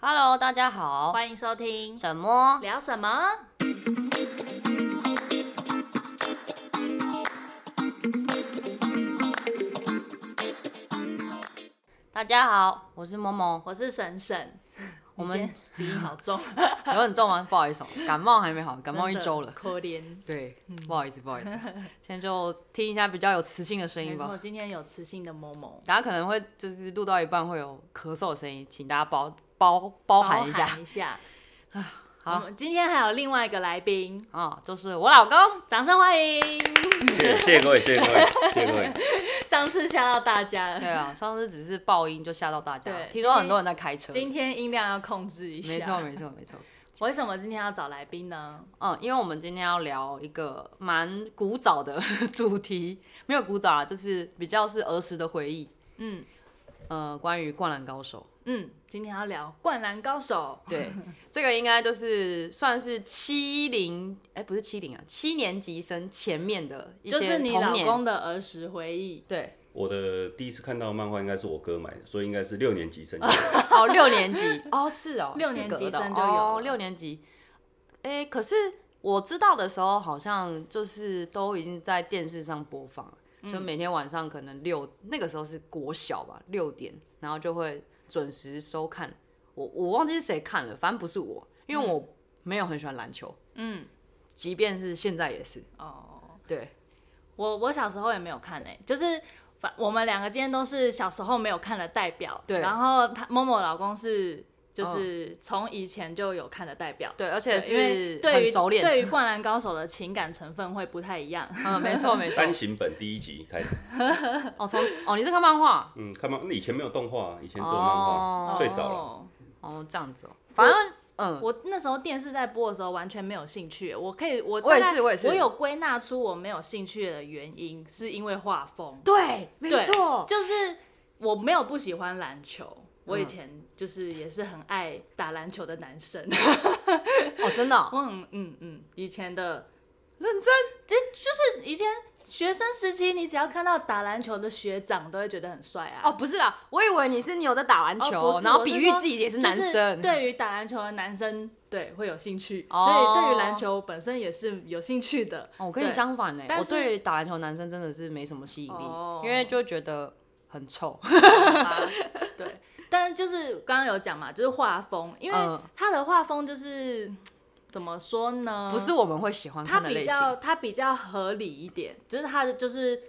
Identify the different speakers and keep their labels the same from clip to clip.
Speaker 1: Hello，大家好，
Speaker 2: 欢迎收听
Speaker 1: 什么？
Speaker 2: 聊什么？
Speaker 1: 大家好，我是萌萌。
Speaker 2: 我是 沈沈，
Speaker 1: 我们
Speaker 2: 你今天鼻音好 重，
Speaker 1: 有很重吗？不好意思、哦，感冒还没 好，感
Speaker 2: 感
Speaker 1: 冒一周了。
Speaker 2: 可怜。
Speaker 1: 对，不好意思，不好意思。现在就听一下比较有磁性的声
Speaker 2: 没
Speaker 1: 音吧
Speaker 2: 错，。今天有磁性的某某，
Speaker 1: 大家可能会就是录到一半会有咳嗽的声音，请大家包包包含一下啊
Speaker 2: 包含一下。
Speaker 1: 好
Speaker 2: 我们今天还有另外一个来宾，
Speaker 1: 啊、就是我老公，
Speaker 2: 掌声欢迎！
Speaker 3: 谢谢各位，谢谢各位， 谢谢各位。
Speaker 2: 上次吓到大家
Speaker 1: 对
Speaker 2: 了，
Speaker 1: 啊，上次只是爆音就吓到大家，
Speaker 2: 对
Speaker 1: 听说很多人在开车。
Speaker 2: 今天音量要控制一下。
Speaker 1: 没错，没错，没错。
Speaker 2: 为什么今天要找来宾呢？
Speaker 1: 嗯，因为我们今天要聊一个蛮古早的 主题，没有古早啊，就是比较是儿时的回忆。
Speaker 2: 嗯
Speaker 1: 呃，关于《灌篮高 手
Speaker 2: 嗯，今天要聊《灌篮高手》》，
Speaker 1: 对，这个应该就是算是七零，哎，不是七零啊，七年级生前面的一》，些
Speaker 2: 就是你
Speaker 1: 童
Speaker 2: 老
Speaker 1: 年
Speaker 2: 公的儿时回忆。
Speaker 1: 对，
Speaker 3: 我的第一次看到漫画应该是我哥买的，所以应该是六年级生。
Speaker 1: 哦，六年级， 哦，是哦，
Speaker 2: 六
Speaker 1: 是
Speaker 2: 年
Speaker 1: 隔
Speaker 2: 级
Speaker 1: 的哦
Speaker 2: 生就有了
Speaker 1: 哦，六年级。哎，可是我知道的时候，好像就是都已经在电视上播放了，
Speaker 2: 嗯
Speaker 1: 就每天晚上可能六，那个时候是国小吧，六点，然后就会准时收看。我我忘记是谁看了，反正不是我，因为我没有很喜欢篮球，
Speaker 2: 嗯，
Speaker 1: 即便是现在也是。
Speaker 2: 哦，
Speaker 1: 对，
Speaker 2: 我我小时候也没有看诶、欸就是反我们两个今天都是小时候没有看的代表，
Speaker 1: 对嗯
Speaker 2: 然后他某某老公是就是从以前就有看的代表，
Speaker 1: 对，而且
Speaker 2: 因为
Speaker 1: 是
Speaker 2: 对
Speaker 1: 很
Speaker 2: 于
Speaker 1: 熟练。
Speaker 2: 对于灌篮高手的情感成分会不太一样。
Speaker 1: 嗯，没错 没错。
Speaker 3: 单行本第一集开始，
Speaker 1: 哦，从哦，你是看漫画？
Speaker 3: 嗯，看漫，那以前没有动画，以前做漫画，
Speaker 1: 哦
Speaker 3: 最早了。
Speaker 1: 哦，这样子哦。反正嗯，
Speaker 2: 我那时候电视在播的时候完全没有兴趣，我可以我
Speaker 1: 我也
Speaker 2: 大概
Speaker 1: 是我也是
Speaker 2: 有归纳出我没有兴趣的原因，是因为画风，
Speaker 1: 对，没
Speaker 2: 对
Speaker 1: 错。
Speaker 2: 就是我没有不喜欢篮球。我
Speaker 1: 嗯
Speaker 2: 以前就是也是很爱打篮球的男生，
Speaker 1: 哦，真的哦、
Speaker 2: 我很嗯嗯，以前的
Speaker 1: 认真
Speaker 2: 就是以前学生时期，你只要看到打篮球的学长，都会觉得很帅啊。
Speaker 1: 哦，不是啦，我以为你是你有在打篮球，
Speaker 2: 哦不是
Speaker 1: 然后
Speaker 2: 我是
Speaker 1: 比喻
Speaker 2: 说
Speaker 1: 自己也是男生，
Speaker 2: 就是对于打篮球的男生，对会有兴趣，
Speaker 1: 哦
Speaker 2: 所以对于篮球本身也是有兴趣的。
Speaker 1: 哦，我跟你
Speaker 2: 对
Speaker 1: 相反呢，
Speaker 2: 但
Speaker 1: 我
Speaker 2: 是
Speaker 1: 对打篮球的男生真的是没什么吸引力，
Speaker 2: 哦
Speaker 1: 因为就觉得很 臭。
Speaker 2: 吧对，但就是刚刚有讲嘛，就是画风，因为
Speaker 1: 嗯
Speaker 2: 他的画风就是怎么说呢？
Speaker 1: 不是我们会喜欢
Speaker 2: 他
Speaker 1: 看的类
Speaker 2: 比
Speaker 1: 型。
Speaker 2: 较他比较合理一点，就是他的就是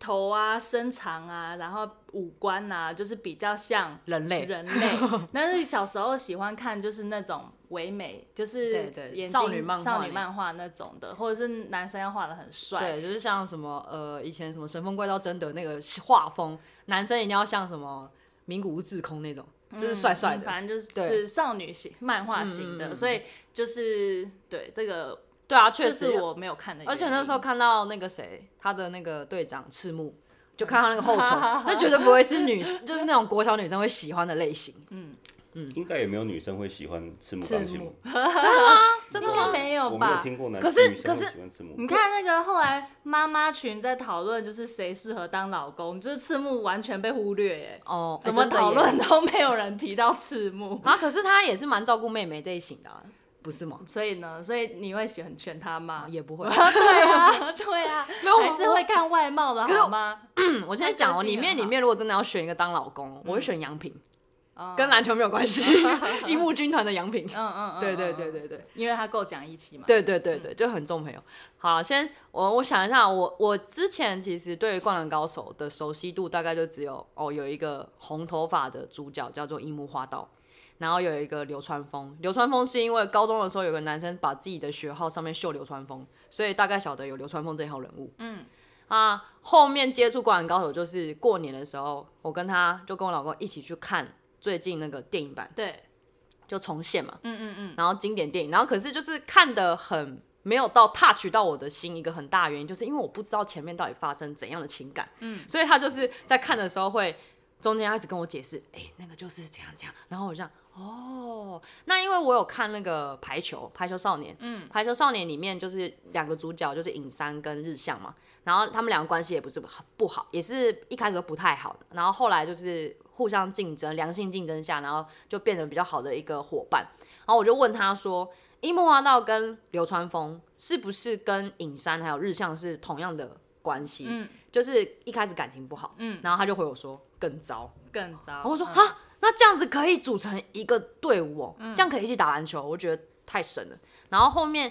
Speaker 2: 头啊、身长啊，然后五官啊，就是比较像
Speaker 1: 人类
Speaker 2: 人类。但是小时候喜欢看就是那种唯美，就是
Speaker 1: 对对
Speaker 2: 眼睛
Speaker 1: 少女漫画
Speaker 2: 少女
Speaker 1: 那
Speaker 2: 漫画那种的，或者是男生要画的很帅。
Speaker 1: 对，就是像什么呃，以前什么《神风怪盗贞德》那个画风，男生一定要像什么名古屋智空那种，就是帅帅
Speaker 2: 嗯
Speaker 1: 的。
Speaker 2: 反正就是
Speaker 1: 对
Speaker 2: 是少女型漫画型的，
Speaker 1: 嗯嗯嗯
Speaker 2: 所以就是对这个，
Speaker 1: 对啊，
Speaker 2: 这
Speaker 1: 确实
Speaker 2: 是，我没有看的原因。
Speaker 1: 而且那时候看到那个谁，他的那个队长赤木，就看他那个 后
Speaker 2: 好好
Speaker 1: 头，
Speaker 2: 好
Speaker 1: 那绝对不会是女， 就是那种国小女生会喜欢的类型。
Speaker 3: 应该也没有女生会喜欢赤木刚
Speaker 2: 赤
Speaker 3: 宪
Speaker 2: 木
Speaker 3: 吧？
Speaker 2: 真的吗？没有
Speaker 3: 我没有
Speaker 2: 吧？
Speaker 3: 听过男
Speaker 1: 可是
Speaker 3: 女
Speaker 1: 可
Speaker 3: 生会
Speaker 1: 是
Speaker 3: 喜欢赤木。
Speaker 2: 你看那个后来妈妈群在讨论，就是谁适合当老公，就是赤木完全被忽略哎耶，
Speaker 1: 哦，
Speaker 2: 怎么
Speaker 1: 欸真的耶
Speaker 2: 讨论都没有人提到赤木。
Speaker 1: 啊？可是他也是蛮照顾妹妹这一型的啊、不是吗？
Speaker 2: 所以呢，所以你会选选他吗？
Speaker 1: 啊也 不会。 嗯
Speaker 2: 对 啊，对啊，
Speaker 1: 没有我
Speaker 2: 还是会看外貌的
Speaker 1: 可是
Speaker 2: 好吗？
Speaker 1: 嗯我现在讲哦，里面里面如果真的要选一个当老公，我会选杨平，
Speaker 2: 哦
Speaker 1: 跟篮球没有关 系，樱木军团的杨平。
Speaker 2: 嗯嗯嗯，
Speaker 1: 对对
Speaker 2: 嗯
Speaker 1: 对，对对。
Speaker 2: 因为他够讲义气嘛。
Speaker 1: 对对对对，就很重朋友。好，先我我想一下，我我之前其实对《灌篮高手》的熟悉度大概就只有哦，有一个红头发的主角叫做樱木花道，然后有一个流川枫。流川枫是因为高中的时候有个男生把自己的学号上面绣流川枫，所以大概晓得有流川枫这一号人物。嗯。啊，后面接触《灌篮高手》就是过年的时候，我跟他就跟我老公一起去看最近那个电影版，
Speaker 2: 对，
Speaker 1: 就重现嘛。
Speaker 2: 嗯嗯嗯，
Speaker 1: 然后经典电影，然后可是就是看的很没有到 touch 到我的心，一个很大的原因就是因为我不知道前面到底发生怎样的情感，嗯，所以他就是在看的时候会中间他一直跟我解释，哎、那个就是怎样怎样，然后我就这样。哦，那因为我有看那个排球，排球少年，嗯，排球少年里面就是两个主角就是尹山跟日向嘛，然后他们两个关系也不是不好，也是一开始都不太好的，然后后来就是互相竞争、良性竞争下，然后就变成比较好的一个伙伴。然后我就问他说：“樱木花道跟流川枫是不是跟影山还有日向是同样的关系？
Speaker 2: 嗯
Speaker 1: 就是一开始感情不好，
Speaker 2: 嗯
Speaker 1: 然后他就回我说更糟。
Speaker 2: 更糟。
Speaker 1: 然后我说
Speaker 2: 嗯
Speaker 1: 哈、那这样子可以组成一个队伍、哦，这样可以一起打篮球，我觉得太神了。然后后面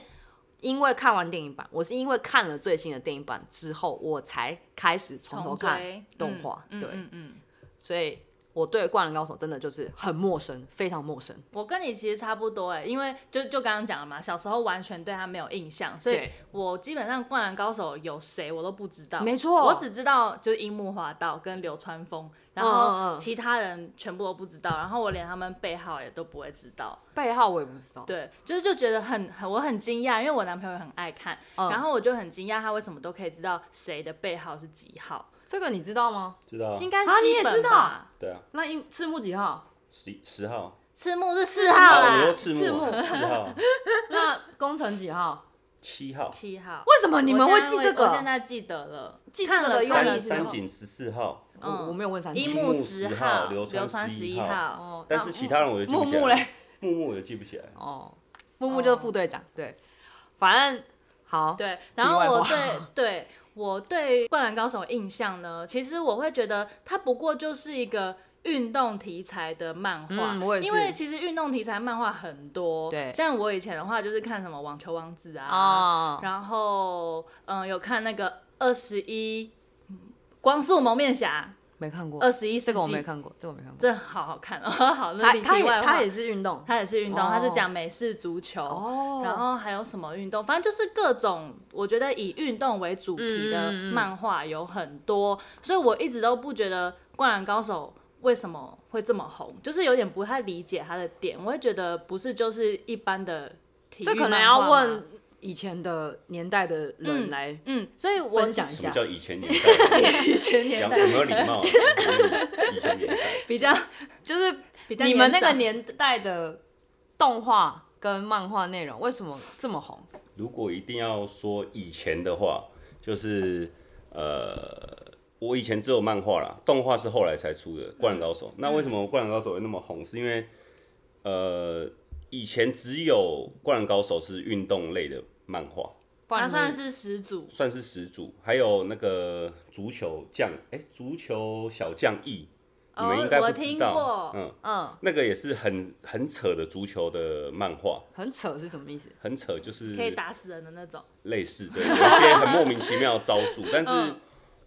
Speaker 1: 因为看完电影版，我是因为看了最新的电影版之后，我才开始从头看
Speaker 2: 追
Speaker 1: 动
Speaker 2: 嗯
Speaker 1: 画，
Speaker 2: 嗯
Speaker 1: 对，
Speaker 2: 嗯嗯。
Speaker 1: 所以我对《灌篮高手》真的就是很陌生，非常陌生。
Speaker 2: 我跟你其实差不多哎、因为就就刚刚讲了嘛，小时候完全对他没有印象，所以
Speaker 1: 对
Speaker 2: 我基本上《灌篮高手》有谁我都不知道，
Speaker 1: 没错
Speaker 2: 我只知道就是樱木花道跟流川枫，然
Speaker 1: 嗯嗯
Speaker 2: 后
Speaker 1: 嗯
Speaker 2: 其他人全部都不知道，然后我连他们背号也都不会知道，
Speaker 1: 背号我也不知道，
Speaker 2: 对，就是就觉得很很我很惊讶，因为我男朋友很爱看，
Speaker 1: 嗯
Speaker 2: 然后我就很惊讶他为什么都可以知道谁的背号是几号，
Speaker 1: 这个你知道吗？
Speaker 3: 知道啊
Speaker 2: 应，该
Speaker 1: 啊
Speaker 2: 是
Speaker 1: 你也
Speaker 2: 基本
Speaker 1: 知道
Speaker 2: 吧
Speaker 3: 对啊，
Speaker 1: 那樱赤木几 号？
Speaker 3: 十十号，
Speaker 2: 赤木是四号
Speaker 3: 哦，
Speaker 2: 啦
Speaker 3: 你说，赤
Speaker 1: 赤
Speaker 3: 木
Speaker 1: 木
Speaker 3: 啊，四号，
Speaker 1: 那工程几号？
Speaker 3: 七号，
Speaker 2: 七号。
Speaker 1: 为什么你们会记这
Speaker 2: 我
Speaker 1: 个？
Speaker 2: 现在记得了，
Speaker 1: 记这
Speaker 2: 看
Speaker 1: 个
Speaker 2: 了
Speaker 1: 的用
Speaker 2: 看
Speaker 1: 意
Speaker 2: 了
Speaker 3: 三
Speaker 1: 是什
Speaker 2: 之
Speaker 1: 么
Speaker 3: 三
Speaker 2: 后，
Speaker 3: 井十四号，
Speaker 1: 我我没有问三
Speaker 2: 嗯樱
Speaker 1: 七。
Speaker 2: 木
Speaker 3: 木
Speaker 2: 十
Speaker 3: 10
Speaker 2: 号，
Speaker 3: 号
Speaker 2: 流
Speaker 3: 流川
Speaker 2: 十
Speaker 3: 11
Speaker 2: 一号，
Speaker 1: 哦，
Speaker 3: 但
Speaker 1: 那
Speaker 3: 是其他人我就记
Speaker 1: 木
Speaker 3: 不起
Speaker 1: 木
Speaker 3: 来
Speaker 1: 嘞
Speaker 3: 了，。木木我就记不起来了，
Speaker 1: 哦，木木就是副队长，对，反正好，
Speaker 2: 对。然
Speaker 1: 题
Speaker 2: 后
Speaker 1: 外
Speaker 2: 我
Speaker 1: 话
Speaker 2: 对 对我对《灌篮高手》印象呢，其实我会觉得它不过就是一个。运动题材的漫画、
Speaker 1: 嗯我也是
Speaker 2: 因为其实运动题材漫画很多，
Speaker 1: 对
Speaker 2: 像我以前的话就是看什么《网球王子》啊，
Speaker 1: 啊，
Speaker 2: 然后嗯有看那个二十一光速蒙面侠，
Speaker 1: 没看过，
Speaker 2: 二十一
Speaker 1: 这个我
Speaker 2: 世纪
Speaker 1: 没看过，这个我没看过。
Speaker 2: 这好好看哦， 好，那
Speaker 1: 他
Speaker 2: 题
Speaker 1: 他也
Speaker 2: 外话
Speaker 1: 他也是运动
Speaker 2: 他也是运动，
Speaker 1: 哦
Speaker 2: 他是讲美式足球，
Speaker 1: 哦
Speaker 2: 然后还有什么运动，反正就是各种，我觉得以运动为主题的
Speaker 1: 嗯嗯嗯
Speaker 2: 漫画有很多，所以我一直都不觉得《灌篮高手》为什么会这么红，就是有点不太理解他的点，我会觉得不是就是一般的体育
Speaker 1: 这可能
Speaker 2: 漫
Speaker 1: 要
Speaker 2: 画吗
Speaker 1: 问。以前的年代的人来
Speaker 2: 嗯，所以我
Speaker 1: 分享一
Speaker 3: 什么
Speaker 1: 下，
Speaker 3: 叫以前年代？
Speaker 2: 以前年
Speaker 3: 讲
Speaker 2: 代
Speaker 3: 有没有礼貌啊？以前年代，
Speaker 2: 比较
Speaker 1: 就是
Speaker 2: 比较
Speaker 1: 你们那
Speaker 2: 年
Speaker 1: 个
Speaker 2: 长
Speaker 1: 年代的动画跟漫画内容为什么这么红？
Speaker 3: 如果一定要说以前的话，就是呃，我以前只有漫画啦，动画是后来才出的《灌篮高手》
Speaker 2: 嗯
Speaker 3: 那为什么《灌篮高手》会那么红？是因为呃，以前只有《灌篮高手》是运动类的漫画，
Speaker 1: 不然
Speaker 2: 他
Speaker 1: 你
Speaker 2: 算是始祖，
Speaker 3: 算是始祖，还有那个足球将，哎、足球小将义，你们应该
Speaker 2: 哦我
Speaker 3: 不
Speaker 2: 听
Speaker 3: 知道
Speaker 2: 过，
Speaker 3: 嗯，
Speaker 1: 嗯，
Speaker 3: 那个也是很很扯的足球的漫画，
Speaker 1: 很扯是什么意思？
Speaker 3: 很扯，就是
Speaker 2: 可以打死人的那种。
Speaker 3: 类似对，有一些很莫名其妙的招 数，但是
Speaker 2: 嗯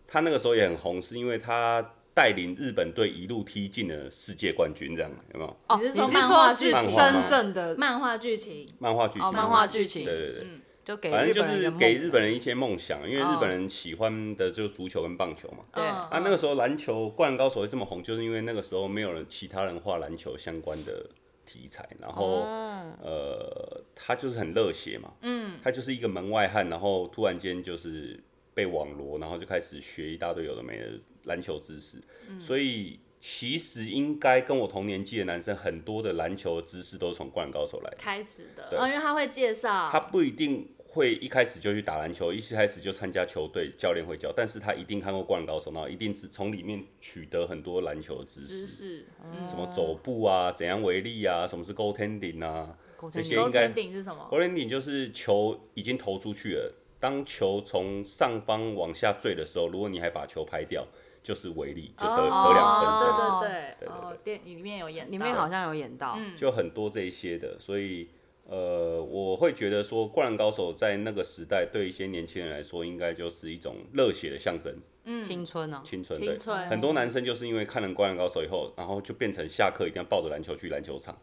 Speaker 3: 他那个时候也很红，是因为他带领日本队一路踢进了世界冠军，这样有没有？
Speaker 1: 哦，
Speaker 2: 你
Speaker 1: 你
Speaker 2: 是
Speaker 1: 是
Speaker 2: 说
Speaker 1: 说是
Speaker 3: 漫画吗
Speaker 1: 真正的
Speaker 2: 漫画剧情，
Speaker 3: 漫画剧情，
Speaker 1: 哦漫画剧情
Speaker 3: 对对对，
Speaker 2: 嗯
Speaker 1: 就给
Speaker 3: 反正
Speaker 1: 日
Speaker 3: 就
Speaker 1: 本人
Speaker 3: 是
Speaker 1: 的梦
Speaker 3: 给日本人一些梦想，因为
Speaker 1: 哦
Speaker 3: 日本人喜欢的就是足球跟棒球嘛。
Speaker 1: 对
Speaker 2: 嗯
Speaker 3: 啊，那个时候篮球《灌篮高手》会这么红，就是因为那个时候没有人其他人画篮球相关的题材，然后、
Speaker 2: 哦
Speaker 3: 呃，他就是很热血嘛，嗯，他就是一个门外汉，然后突然间就是被网罗，然后就开始学一大堆有的没的篮球知识，
Speaker 2: 嗯
Speaker 3: 所以其实应该跟我同年纪的男生很多的篮球知识都是从《灌篮高手》来的，
Speaker 2: 开始的，
Speaker 3: 对
Speaker 2: 哦，因为他会介绍，
Speaker 3: 他不一定会一开始就去打篮球，一开始就参加球队，教练会教，但是他一定看过《灌篮高手》，然后一定是从里面取得很多篮球的知
Speaker 2: 知
Speaker 3: 识，
Speaker 2: 识，嗯，
Speaker 3: 什么走步啊，怎样为力啊，什么是 goaltending 啊
Speaker 1: 狗
Speaker 3: 这
Speaker 1: 天
Speaker 3: 些
Speaker 1: 狗
Speaker 2: 楼
Speaker 3: 应该
Speaker 2: 天顶是什么？
Speaker 3: ，goaltending 就是球已经投出去了，当球从上方往下坠的时候，如果你还把球拍掉，就是为力，就得、
Speaker 2: 哦
Speaker 3: 得两分这样子。
Speaker 1: 样子
Speaker 2: 对对对，
Speaker 3: 对对对
Speaker 2: 哦，电影里面有演到，
Speaker 1: 里面好像有演到，
Speaker 2: 嗯
Speaker 3: 就很多这一些的，所以呃，我会觉得说，《灌篮高手》在那个时代对一些年轻人来说，应该就是一种热血的象征，
Speaker 1: 青春啊，
Speaker 3: 青春
Speaker 2: 青
Speaker 3: 对。
Speaker 2: 春，
Speaker 3: 很多男生就是因为看了《灌篮高手》以后，然后就变成下课一定要抱着篮球去篮球场。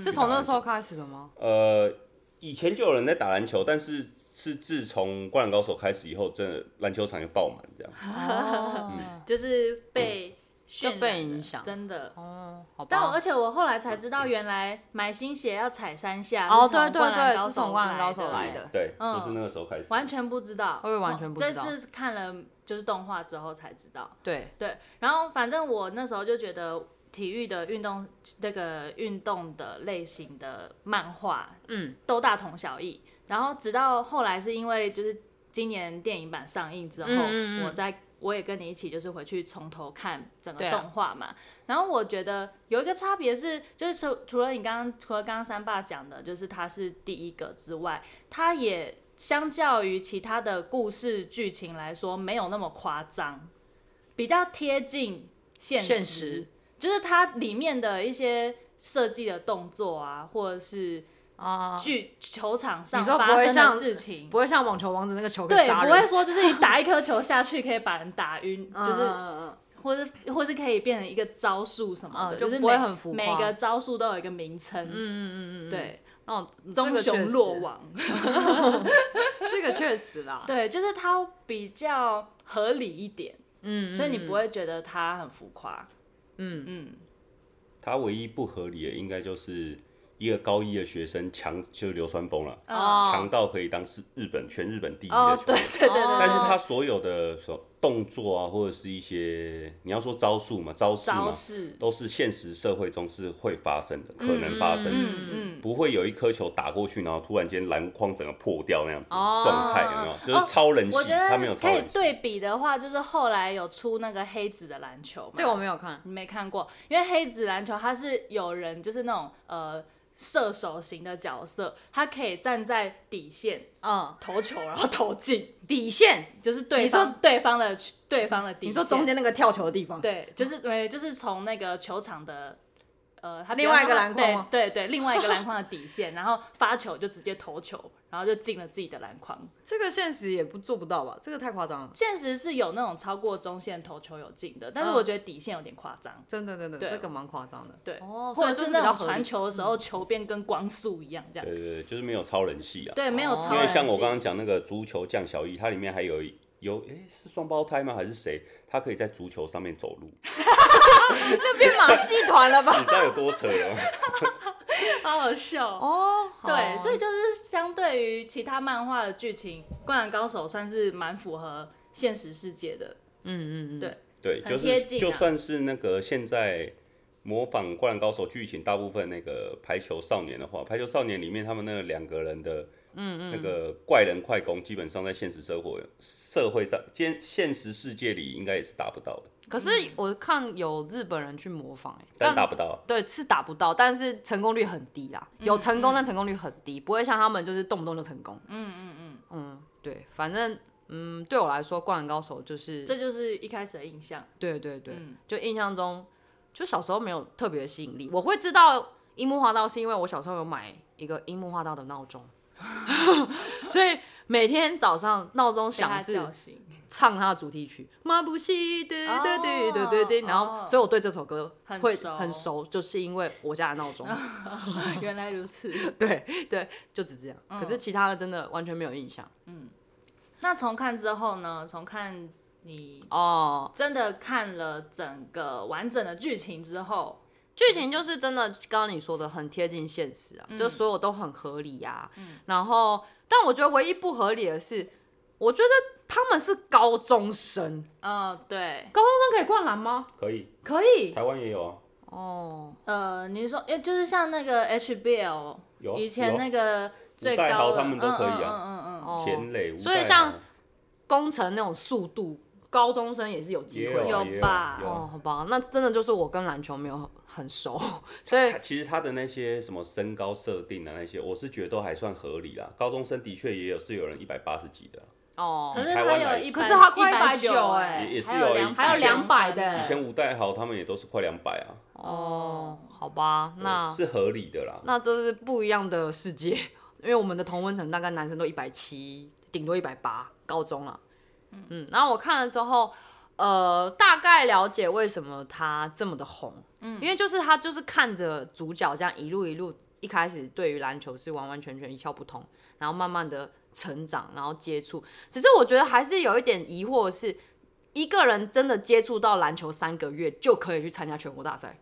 Speaker 1: 是从那时候开始的吗？
Speaker 3: 呃，以前就有人在打篮球，但是是自从《灌篮高手》开始以后，真的篮球场就爆满这样。嗯
Speaker 1: 哦，
Speaker 2: 就是被渲染
Speaker 1: 嗯就被影响
Speaker 2: 的真的。
Speaker 1: 哦，好吧。
Speaker 2: 但我而且我后来才知道，原来买新鞋要踩三下，
Speaker 1: 哦
Speaker 2: 是从
Speaker 1: 对对
Speaker 2: 灌篮
Speaker 1: 对
Speaker 2: 高
Speaker 1: 是
Speaker 2: 手
Speaker 1: 从灌篮高手
Speaker 2: 来
Speaker 1: 来的
Speaker 3: 对，
Speaker 2: 嗯
Speaker 3: 就是那个时候开始。
Speaker 2: 完全不知道，哦
Speaker 1: 我也完全不知道
Speaker 2: 这次看了就是动画之后才知道，
Speaker 1: 对，
Speaker 2: 对，然后反正我那时候就觉得体育的运动那个运动的类型的漫画
Speaker 1: 嗯，
Speaker 2: 都大同小异。然后直到后来是因为就是今年电影版上映之后，
Speaker 1: 嗯嗯嗯
Speaker 2: 我在我也跟你一起就是回去从头看整
Speaker 1: 对
Speaker 2: 个
Speaker 1: 啊
Speaker 2: 动画嘛。然后我觉得有一个差别是，就是除除了你刚刚除了刚刚三爸讲的，就是他是第一个之外，他也相较于其他的故事剧情来说，没有那么夸张，比较贴近现
Speaker 1: 现实
Speaker 2: 就是它里面的一些设计的动作啊，或者是
Speaker 1: 啊，
Speaker 2: 剧球场上
Speaker 1: 你说不
Speaker 2: 发
Speaker 1: 会
Speaker 2: 生的
Speaker 1: 像
Speaker 2: 事情，
Speaker 1: 不会像网球王子那个球可以
Speaker 2: 对，
Speaker 1: 杀
Speaker 2: 不会
Speaker 1: 人，
Speaker 2: 说就是你打一颗球下去可以把人打晕，
Speaker 1: 嗯
Speaker 2: 就是
Speaker 1: 嗯嗯
Speaker 2: 或是或是可以变成一个招数什么的，
Speaker 1: 嗯
Speaker 2: 就
Speaker 1: 就是不会
Speaker 2: 每
Speaker 1: 很浮夸
Speaker 2: 每个招数都有一个名称，嗯嗯嗯嗯，对，
Speaker 1: 哦，这
Speaker 2: 棕
Speaker 1: 个确
Speaker 2: 熊
Speaker 1: 实
Speaker 2: 落，网，
Speaker 1: 这个确实啦，
Speaker 2: 对，就是它比较合理一点，
Speaker 1: 嗯，
Speaker 2: 所以你
Speaker 1: 嗯
Speaker 2: 不会觉得它很浮夸，
Speaker 1: 嗯
Speaker 2: 嗯，
Speaker 3: 他唯一不合理的应该就是一个高一的学生强，就是流川枫了，
Speaker 2: 哦
Speaker 3: 强到可以当是日本全日本第一的
Speaker 2: 哦，
Speaker 3: 球
Speaker 2: 对
Speaker 3: 员。
Speaker 2: 对对对
Speaker 1: 哦
Speaker 2: 对，
Speaker 3: 但是他所有的所动作啊，或者是一些你要说招数嘛、招式
Speaker 2: 招
Speaker 3: 嘛，
Speaker 2: 式，
Speaker 3: 都是现实社会中是会发生的，可能发生的。
Speaker 2: 嗯嗯，
Speaker 3: 不会有一颗球打过去，然后突然间篮筐整个破掉那样子的
Speaker 1: 哦
Speaker 3: 状态，有没有？就是超人系，
Speaker 2: 哦我觉
Speaker 3: 他没有
Speaker 2: 得
Speaker 3: 超
Speaker 2: 可以
Speaker 3: 人系。
Speaker 2: 对比的话，就是后来有出那个黑子的篮球嘛，
Speaker 1: 这个我没有看，
Speaker 2: 你没看过，因为黑子篮球它是有人就是那种呃射手型的角色，他可以站在底线
Speaker 1: 嗯，
Speaker 2: 投球，然后投进，
Speaker 1: 底线，
Speaker 2: 就是对
Speaker 1: 你说
Speaker 2: 方对方的对方的底线。
Speaker 1: 你说中间那个跳球的地方，
Speaker 2: 对，就是对，就是从那个球场的。呃，他
Speaker 1: 另外一个篮筐
Speaker 2: 对
Speaker 1: 吗
Speaker 2: 对对，另外一个篮筐的底线，然后发球就直接投球，然后就进了自己的篮筐。
Speaker 1: 这个现实也不做不到吧，这个太夸张了，
Speaker 2: 现实是有那种超过中线投球有进的，但是
Speaker 1: 嗯
Speaker 2: 我觉得底线有点夸张。
Speaker 1: 真的真的，
Speaker 2: 对
Speaker 1: 这个蛮夸张的，
Speaker 2: 对，
Speaker 1: 哦，
Speaker 2: 或
Speaker 1: 所以
Speaker 2: 者
Speaker 1: 就
Speaker 2: 是那
Speaker 1: 比较
Speaker 2: 种
Speaker 1: 合理嗯
Speaker 2: 传，球的时候，球变跟光速一样这样。
Speaker 3: 对对对，就是没有超人系啊。
Speaker 2: 对，没有
Speaker 1: 哦
Speaker 2: 超
Speaker 3: 因
Speaker 2: 人
Speaker 3: 为
Speaker 2: 系。
Speaker 3: 像我刚刚讲那个足球降小一，它里面还有一有诶、是双胞胎吗？还是谁？他可以在足球上面走路，你
Speaker 1: 那变马戏团了吧？
Speaker 3: 知道有多扯 吗？
Speaker 2: 好好笑。
Speaker 1: 哦，
Speaker 2: 对，所
Speaker 1: 以
Speaker 2: 以就是相对于其他漫画的剧情，《灌篮高手》算是蛮符合现实世界的。
Speaker 1: 嗯嗯嗯，
Speaker 2: 对
Speaker 3: 对，
Speaker 2: 很
Speaker 3: 就
Speaker 2: 贴
Speaker 3: 是
Speaker 2: 近啊
Speaker 3: 就算是那个现在模仿《灌篮高手》剧情，大部分那个排球少年的话，排球少年里面他们那个两个人的，嗯嗯，那个怪人快攻，基本上在现实社会社会上，现现实世界里应该也是达不到的，
Speaker 1: 可是我看有日本人去模仿、欸，
Speaker 3: 但达不到啊。
Speaker 1: 对，是打不到，但是成功率很低啦。
Speaker 2: 嗯
Speaker 1: 有成功，但成功率很低，不会像他们就是动不动就成功。嗯嗯嗯嗯，对，反正嗯，对我来说，《灌篮高手》就是
Speaker 2: 这就是一开始的印象。
Speaker 1: 对对对，
Speaker 2: 嗯
Speaker 1: 就印象中，就小时候没有特别的吸引力。我会知道樱木花道是因为我小时候有买一个樱木花道的闹 钟，所以每天早上闹钟
Speaker 2: 被他
Speaker 1: 响是
Speaker 2: 叫醒，
Speaker 1: 唱他的主题曲《马布西》，对对对对对对，
Speaker 2: 哦
Speaker 1: 然后，所以我对这首歌
Speaker 2: 很
Speaker 1: 会
Speaker 2: 熟
Speaker 1: 很熟，就是因为我家的 闹钟，
Speaker 2: 原来如此。
Speaker 1: 对对，就只这样。
Speaker 2: 嗯
Speaker 1: 可是其他的真的完全没有印象
Speaker 2: 那重看之后呢？重看你
Speaker 1: 哦。
Speaker 2: 真的看了整个完整的剧情之后，
Speaker 1: 剧情就是真的，刚刚你说的很贴近现实
Speaker 2: 嗯
Speaker 1: 啊，就所有都很合理啊。然后，但我觉得唯一不合理的是，我觉得他们是高中生，
Speaker 2: 嗯、对，
Speaker 1: 高中生可以灌篮吗？
Speaker 3: 可以，
Speaker 1: 可以
Speaker 3: 台湾也有啊，
Speaker 1: 哦，
Speaker 2: 呃，你是说，诶，就是像那个 HBL，
Speaker 3: 有啊
Speaker 2: 以前那个最
Speaker 3: 有啊
Speaker 2: 高
Speaker 3: 吴岱豪
Speaker 2: 的，
Speaker 3: 他们都可以啊
Speaker 2: 嗯嗯嗯嗯嗯，
Speaker 1: 哦
Speaker 3: 田磊，
Speaker 1: 所以
Speaker 3: 吴岱豪
Speaker 1: 像工程那种速度，高中生也是有机
Speaker 3: 也
Speaker 1: 会的。
Speaker 3: 有啊
Speaker 2: 有
Speaker 3: 也
Speaker 2: 吧
Speaker 3: 有啊
Speaker 1: 哦，好吧，那真的就是我跟篮球没有很熟， 所以
Speaker 3: 他啊其实他的那些什么身高设定啊，那些我是觉得都还算合理啦。高中生的确也有是有人一百八十几的啊，
Speaker 1: 哦
Speaker 2: 可，是
Speaker 3: 台
Speaker 2: 他
Speaker 3: 湾来
Speaker 2: 有一，
Speaker 3: 说可
Speaker 1: 是他快
Speaker 2: 九
Speaker 1: 190
Speaker 2: 哎，
Speaker 3: 也也是
Speaker 2: 还
Speaker 3: 有
Speaker 2: 两，
Speaker 3: 一
Speaker 1: 还有两百的
Speaker 3: 以前吴岱豪他们也都是快两百啊，
Speaker 1: 哦，好吧，
Speaker 2: 嗯
Speaker 1: 那
Speaker 3: 是合理的啦。
Speaker 1: 那这是不一样的世界，因为我们的同温层大概男生都一百七，顶多一百八，高中了。嗯，然后我看了之后，呃，大概了解为什么他这么的红，嗯，因为就是他就是看着主角这样一路一路，一开始对于篮球是完完全全一窍不通，然后慢慢的成长，然后接触，只是我觉得还是有一点疑惑的是。一个人真的接触到篮球三个月就可以去参加全国大赛，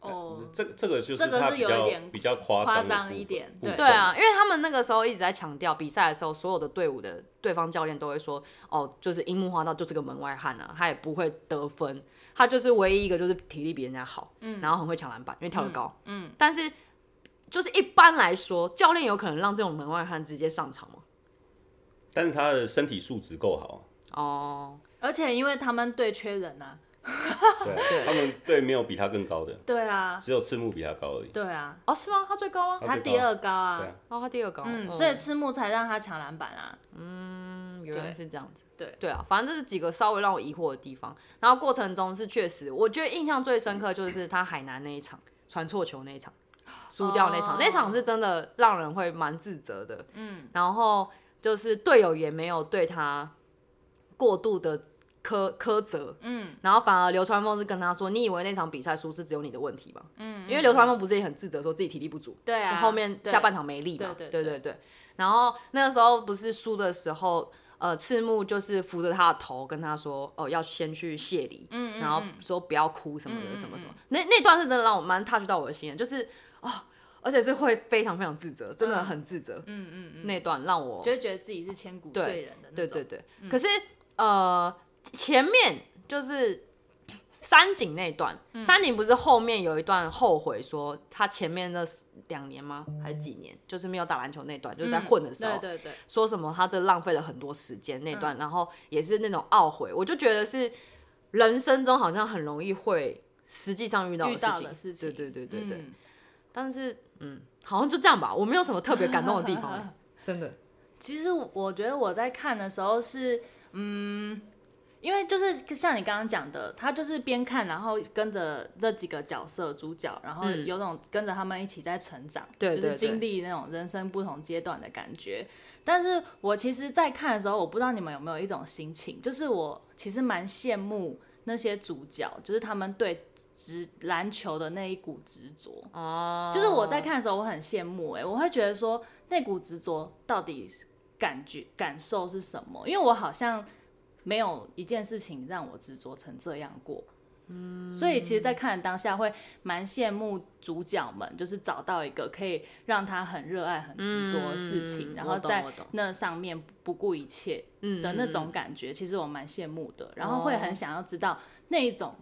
Speaker 2: 哦，
Speaker 3: 这个这个就是
Speaker 2: 这个
Speaker 3: 他
Speaker 2: 是
Speaker 3: 比
Speaker 2: 有一
Speaker 3: 较
Speaker 2: 点
Speaker 3: 比较夸
Speaker 2: 夸
Speaker 3: 的
Speaker 2: 张
Speaker 3: 部
Speaker 2: 一
Speaker 3: 分
Speaker 2: 点
Speaker 3: 部
Speaker 2: 对
Speaker 3: 分
Speaker 1: 对啊，因为他们那个时候一直在强调，比赛的时候所有的队伍的对方教练都会说，哦，就是樱木花道就是个门外汉啊，他也不会得分，他就是唯一一个就是体力比人家好，嗯，然后很会抢篮板，因为跳得高，嗯，但是就是一般来说，教练有可能让这种门外汉直接上场吗？
Speaker 3: 但是他的身体素质够好，啊
Speaker 1: 哦，
Speaker 2: 而且因为他们队缺人啊，
Speaker 3: 对，他们队没有比他更高的，
Speaker 2: 对啊，
Speaker 3: 只有赤木比他高而已。
Speaker 2: 对啊，
Speaker 1: 哦，是吗？他最高啊，
Speaker 3: 他
Speaker 2: 他
Speaker 3: 最
Speaker 2: 第
Speaker 3: 高
Speaker 2: 二高啊，
Speaker 3: 对啊
Speaker 1: 哦，他第二高，
Speaker 2: 嗯，所以赤木才让他抢篮板啊，
Speaker 1: 嗯，原来是这样子。
Speaker 2: 对
Speaker 1: 对啊，反正这是几个稍微让我疑惑的地方。然后过程中是确实，我觉得印象最深刻就是他海南那一场传错球那一场，输掉那场，
Speaker 2: 哦
Speaker 1: 那场是真的让人会蛮自责的。嗯，然后就是队友也没有对他过度的苛苛责，嗯，然后反而流川枫是跟他说：“你以为那场比赛输是只有你的问题吗？”嗯，因为流川枫不是也很自责说自己体力不足，
Speaker 2: 对啊
Speaker 1: 就后面
Speaker 2: 对
Speaker 1: 下半场没力嘛，
Speaker 2: 对
Speaker 1: 对
Speaker 2: 对对
Speaker 1: 对对。然后那个时候不是输的时候，呃，赤木就是扶着他的头跟他说：“哦，要先去谢礼，嗯然后说不要哭什么的，什么什么。那那段是真的让我蛮 touch 到我的心的，就是哦，而且是会非常非常自责，真的很自责。嗯嗯嗯，那段让我
Speaker 2: 就会觉得自己是千古
Speaker 1: 对
Speaker 2: 罪人的那
Speaker 1: 对
Speaker 2: 种嗯
Speaker 1: 对。对，可是呃，前面就是山井那段，
Speaker 2: 嗯
Speaker 1: 山井不是后面有一段后悔说他前面那两年吗？还是几年？就是没有打篮球那段，就是在混的时候，
Speaker 2: 嗯对嗯对对，
Speaker 1: 说什么他这浪费了很多时间那段，然后也是那种懊悔，我就觉得是人生中好像很容易会实际上遇到
Speaker 2: 遇
Speaker 1: 的事
Speaker 2: 到
Speaker 1: 情，
Speaker 2: 的事情
Speaker 1: 对对对对对。
Speaker 2: 嗯
Speaker 1: 但是嗯，好像就这样吧，我没有什么特别感动的地方、 欸真的。
Speaker 2: 其实我觉得我在看的时候是，嗯，因为就是像你刚刚讲的，他就是边看，然后跟着那几个角色主角，然后有种跟着他们一起在成长，
Speaker 1: 嗯对对
Speaker 2: 就是经历那种人生不同阶段的感觉。但是我其实，在看的时候，我不知道你们有没有一种心情，就是我其实蛮羡慕那些主角，就是他们对执篮球的那一股执着。
Speaker 1: 哦
Speaker 2: 就是我在看的时候，我很羡慕哎、我会觉得说那股执着到底是感觉感受是什么？因为我好像没有一件事情让我执着成这样过。嗯，所以其实，在看的当下会蛮羡慕主角们，就是找到一个可以让他很热爱、很执着的事情，
Speaker 1: 嗯
Speaker 2: 然
Speaker 1: 我
Speaker 2: 后
Speaker 1: 懂
Speaker 2: 在
Speaker 1: 我懂
Speaker 2: 那上面不顾一切
Speaker 1: 嗯
Speaker 2: 的那种感觉，其实我蛮羡慕的。然后会
Speaker 1: 哦
Speaker 2: 很想要知道那一种、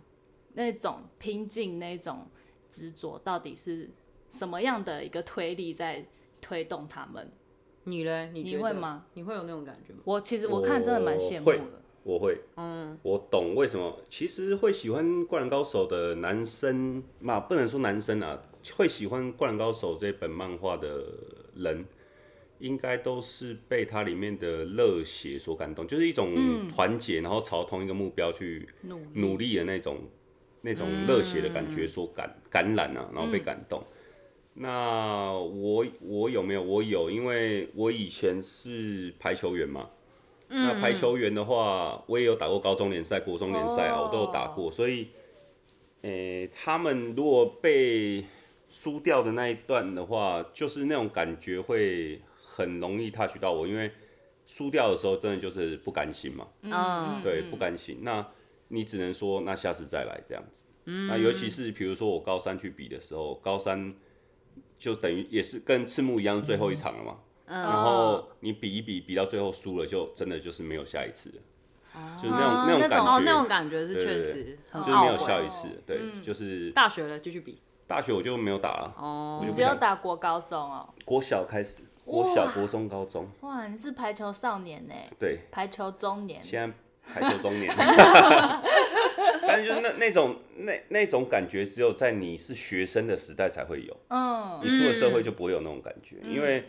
Speaker 2: 那种拼劲、那一种执着到底是什么样的一个推力在推动他们。
Speaker 1: 你嘞？你
Speaker 2: 你
Speaker 1: 觉得
Speaker 2: 会吗？
Speaker 1: 你会有那种感觉吗？
Speaker 2: 我其实我看真的蛮羡慕
Speaker 3: 会
Speaker 2: 的。
Speaker 3: 我会，嗯，我懂为什么。其实会喜欢《灌篮高手》的男生嘛，不能说男生啊，会喜欢《灌篮高手》这本漫画的人，应该都是被它里面的热血所感动，就是一种团结，然后朝同一个目标去
Speaker 2: 努
Speaker 3: 努力的那种那种热血的感觉所感感染啊，然后被感动。那我我有没有？我有，因为我以前是排球员嘛。那排球员的话，我也有打过高中联赛、国中联赛啊，
Speaker 2: 哦
Speaker 3: 我都有打过。所以，诶、他们如果被输掉的那一段的话，就是那种感觉会很容易 touch 到我，因为输掉的时候真的就是不甘心嘛。
Speaker 1: 嗯，
Speaker 3: 对，不甘心。那你只能说，那下次再来这样子。
Speaker 1: 嗯
Speaker 3: 那尤其是比如说我高三去比的时候，高三就等于也是跟赤木一样最后一场了嘛。
Speaker 1: 嗯
Speaker 3: 然后你比一比，比到最后输了，就真的就是没有下一次了，就是那种
Speaker 1: 那
Speaker 3: 种感
Speaker 1: 哦，那
Speaker 3: 觉
Speaker 1: 种，感觉是
Speaker 3: 对
Speaker 1: 确
Speaker 3: 对
Speaker 1: 实很
Speaker 3: 就是没有
Speaker 1: 懊悔哦嗯
Speaker 3: 下一次了。对，就是
Speaker 1: 大学了继续比
Speaker 3: 大学我就没有打了，
Speaker 1: 哦
Speaker 3: 我就不
Speaker 2: 只有
Speaker 3: 想
Speaker 2: 打国高中哦，
Speaker 3: 国小开始，国小、国中、高中，
Speaker 2: 哇，你是排球少年呢，
Speaker 3: 对，
Speaker 2: 排球中年，
Speaker 3: 现在排球中 年，但是就那那种那那种感觉，只有在你是学生的时代才会有，
Speaker 2: 嗯，
Speaker 3: 你出了社会就不会有那种感觉，因为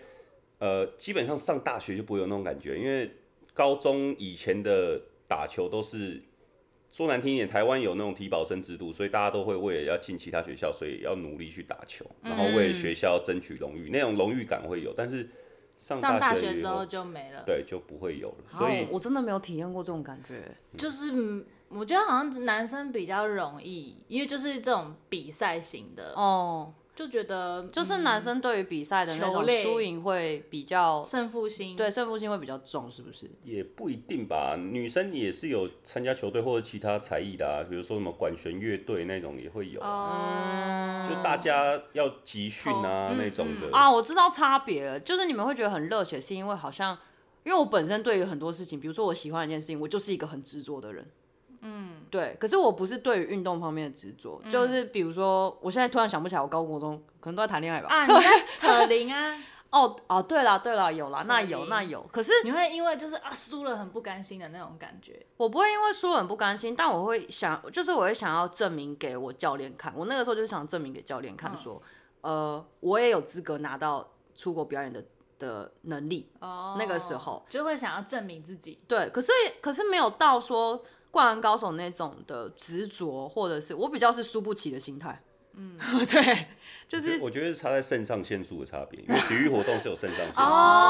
Speaker 3: 呃，基本上上大学就不会有那种感觉，因为高中以前的打球都是。说难听一点，台湾有那种体保生制度，所以大家都会为了要进其他学校，所以要努力去打球，
Speaker 2: 嗯
Speaker 3: 然后为了学校争取荣誉，那种荣誉感会有。但是上
Speaker 2: 上大学
Speaker 3: 以
Speaker 2: 之后
Speaker 3: 后，
Speaker 2: 就没了，
Speaker 3: 对就不会有了。所以
Speaker 1: 哦，我真的没有体验过这种感觉。
Speaker 2: 就是嗯我觉得好像男生比较容易，因为就是这种比赛型的，
Speaker 1: 哦，
Speaker 2: 就觉得就
Speaker 1: 就是男生对于比赛的那
Speaker 2: 球
Speaker 1: 种
Speaker 2: 类
Speaker 1: 输赢会比较，
Speaker 2: 胜负心，
Speaker 1: 对胜负心会比较重，是不是？
Speaker 3: 也不一定吧，女生也是有参加球队或者其他才艺的啊，比如说什么管弦乐队那种也会有
Speaker 2: 哦，
Speaker 3: 啊，就大家要集训啊、那种的。
Speaker 1: 啊，我知道差别了，就是你们会觉得很热血，是因为好像。因为我本身对于很多事情，比如说我喜欢一件事情，我就是一个很执着的人，嗯，对。可是我不是对于运动方面的执着，
Speaker 2: 嗯
Speaker 1: 就是比如说，我现在突然想不起来，我高中国中可能都在谈恋爱吧，
Speaker 2: 啊，你在扯铃啊，
Speaker 1: 哦哦，对啦对啦，有啦，那有
Speaker 2: 所以
Speaker 1: 那有。可是
Speaker 2: 你会因为就是啊输了很不甘心的那种感觉，
Speaker 1: 我不会因为输了很不甘心，但我会想，就是我会想要证明给我教练看。我那个时候就是想证明给教练看
Speaker 2: 嗯
Speaker 1: 说，呃，我也有资格拿到出国表演的的能力。
Speaker 2: 哦，
Speaker 1: 那个时候
Speaker 2: 就会想要证明自己，
Speaker 1: 对，可是可是没有到说《灌篮高手》那种的执着，或者是我比较是输不起的心态。嗯， 对，就是
Speaker 3: 我觉得是差在肾上腺素的差别，因为体育活动是有肾上腺素。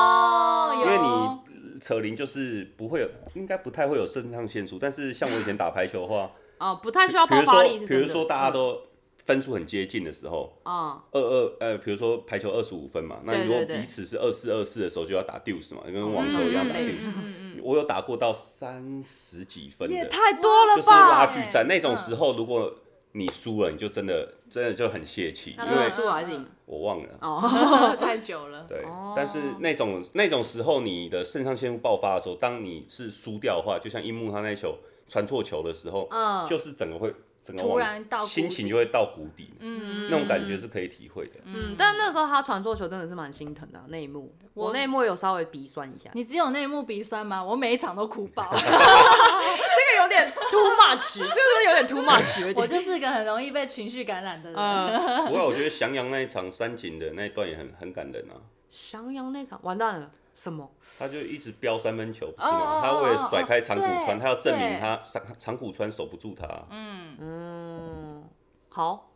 Speaker 2: 哦
Speaker 3: 因为你扯铃就是不会有，应该不太会有肾上腺素，但是像我以前打排球的话，
Speaker 1: 啊、不太需要
Speaker 3: 比如
Speaker 1: 爆发
Speaker 3: 说
Speaker 1: 力是
Speaker 3: 比
Speaker 1: 真的。嗯
Speaker 3: 如说大家都分数很接近的时候，
Speaker 1: 啊、
Speaker 3: 二二呃，比如说排球二十五分嘛，那
Speaker 1: 对
Speaker 3: 你如
Speaker 1: 对
Speaker 3: 果
Speaker 1: 对
Speaker 3: 彼此是二四二四的时候就要打 deuce 嘛，跟网球一样打
Speaker 1: 嗯嗯
Speaker 3: deuce。我有打过到三十几分
Speaker 1: 也
Speaker 3: 的，
Speaker 1: 太多了欸
Speaker 3: 就是
Speaker 1: 吧？
Speaker 3: 拉锯战
Speaker 2: 嗯
Speaker 3: 那种时候，如果你输了，你就真的真的就很泄气，
Speaker 1: 那嗯
Speaker 3: 因
Speaker 1: 最后
Speaker 3: 为
Speaker 1: 输还是赢？
Speaker 3: 我忘了。
Speaker 2: 嗯太久了，
Speaker 3: 对，但是那种那种时候，你的肾上腺素爆发的时候，当你是输掉的话，就像樱木他那球传错球的时候，
Speaker 1: 嗯
Speaker 3: 就是整个会整个
Speaker 2: 突
Speaker 3: 往
Speaker 2: 然到谷
Speaker 3: 心情
Speaker 2: 底
Speaker 3: 就会到谷底，
Speaker 2: 嗯，
Speaker 3: 那种感觉是可以体会的。
Speaker 1: 嗯，但那时候他传错球真的是蛮心疼的、那一幕，
Speaker 2: 我
Speaker 1: 我那一幕有稍微鼻酸一下，
Speaker 2: 你只有那一幕鼻酸吗？我每一场都哭爆，
Speaker 1: 这个有点 too much，这个有点 too much，有
Speaker 2: 我
Speaker 1: 点。
Speaker 2: 就是一个很容易被情绪感染的人。
Speaker 1: 呃，
Speaker 3: 不过我觉得翔阳那一场三井的那一段也很很感人啊，
Speaker 1: 襄阳那场完蛋了，什么？
Speaker 3: 他就一直飙三分球，不
Speaker 2: 哦
Speaker 3: 是
Speaker 2: 哦
Speaker 3: 吗？他为了甩开长谷
Speaker 2: 哦哦
Speaker 3: 川，他要证明
Speaker 2: 对
Speaker 3: 他长长谷川守不住他。
Speaker 1: 嗯， 好，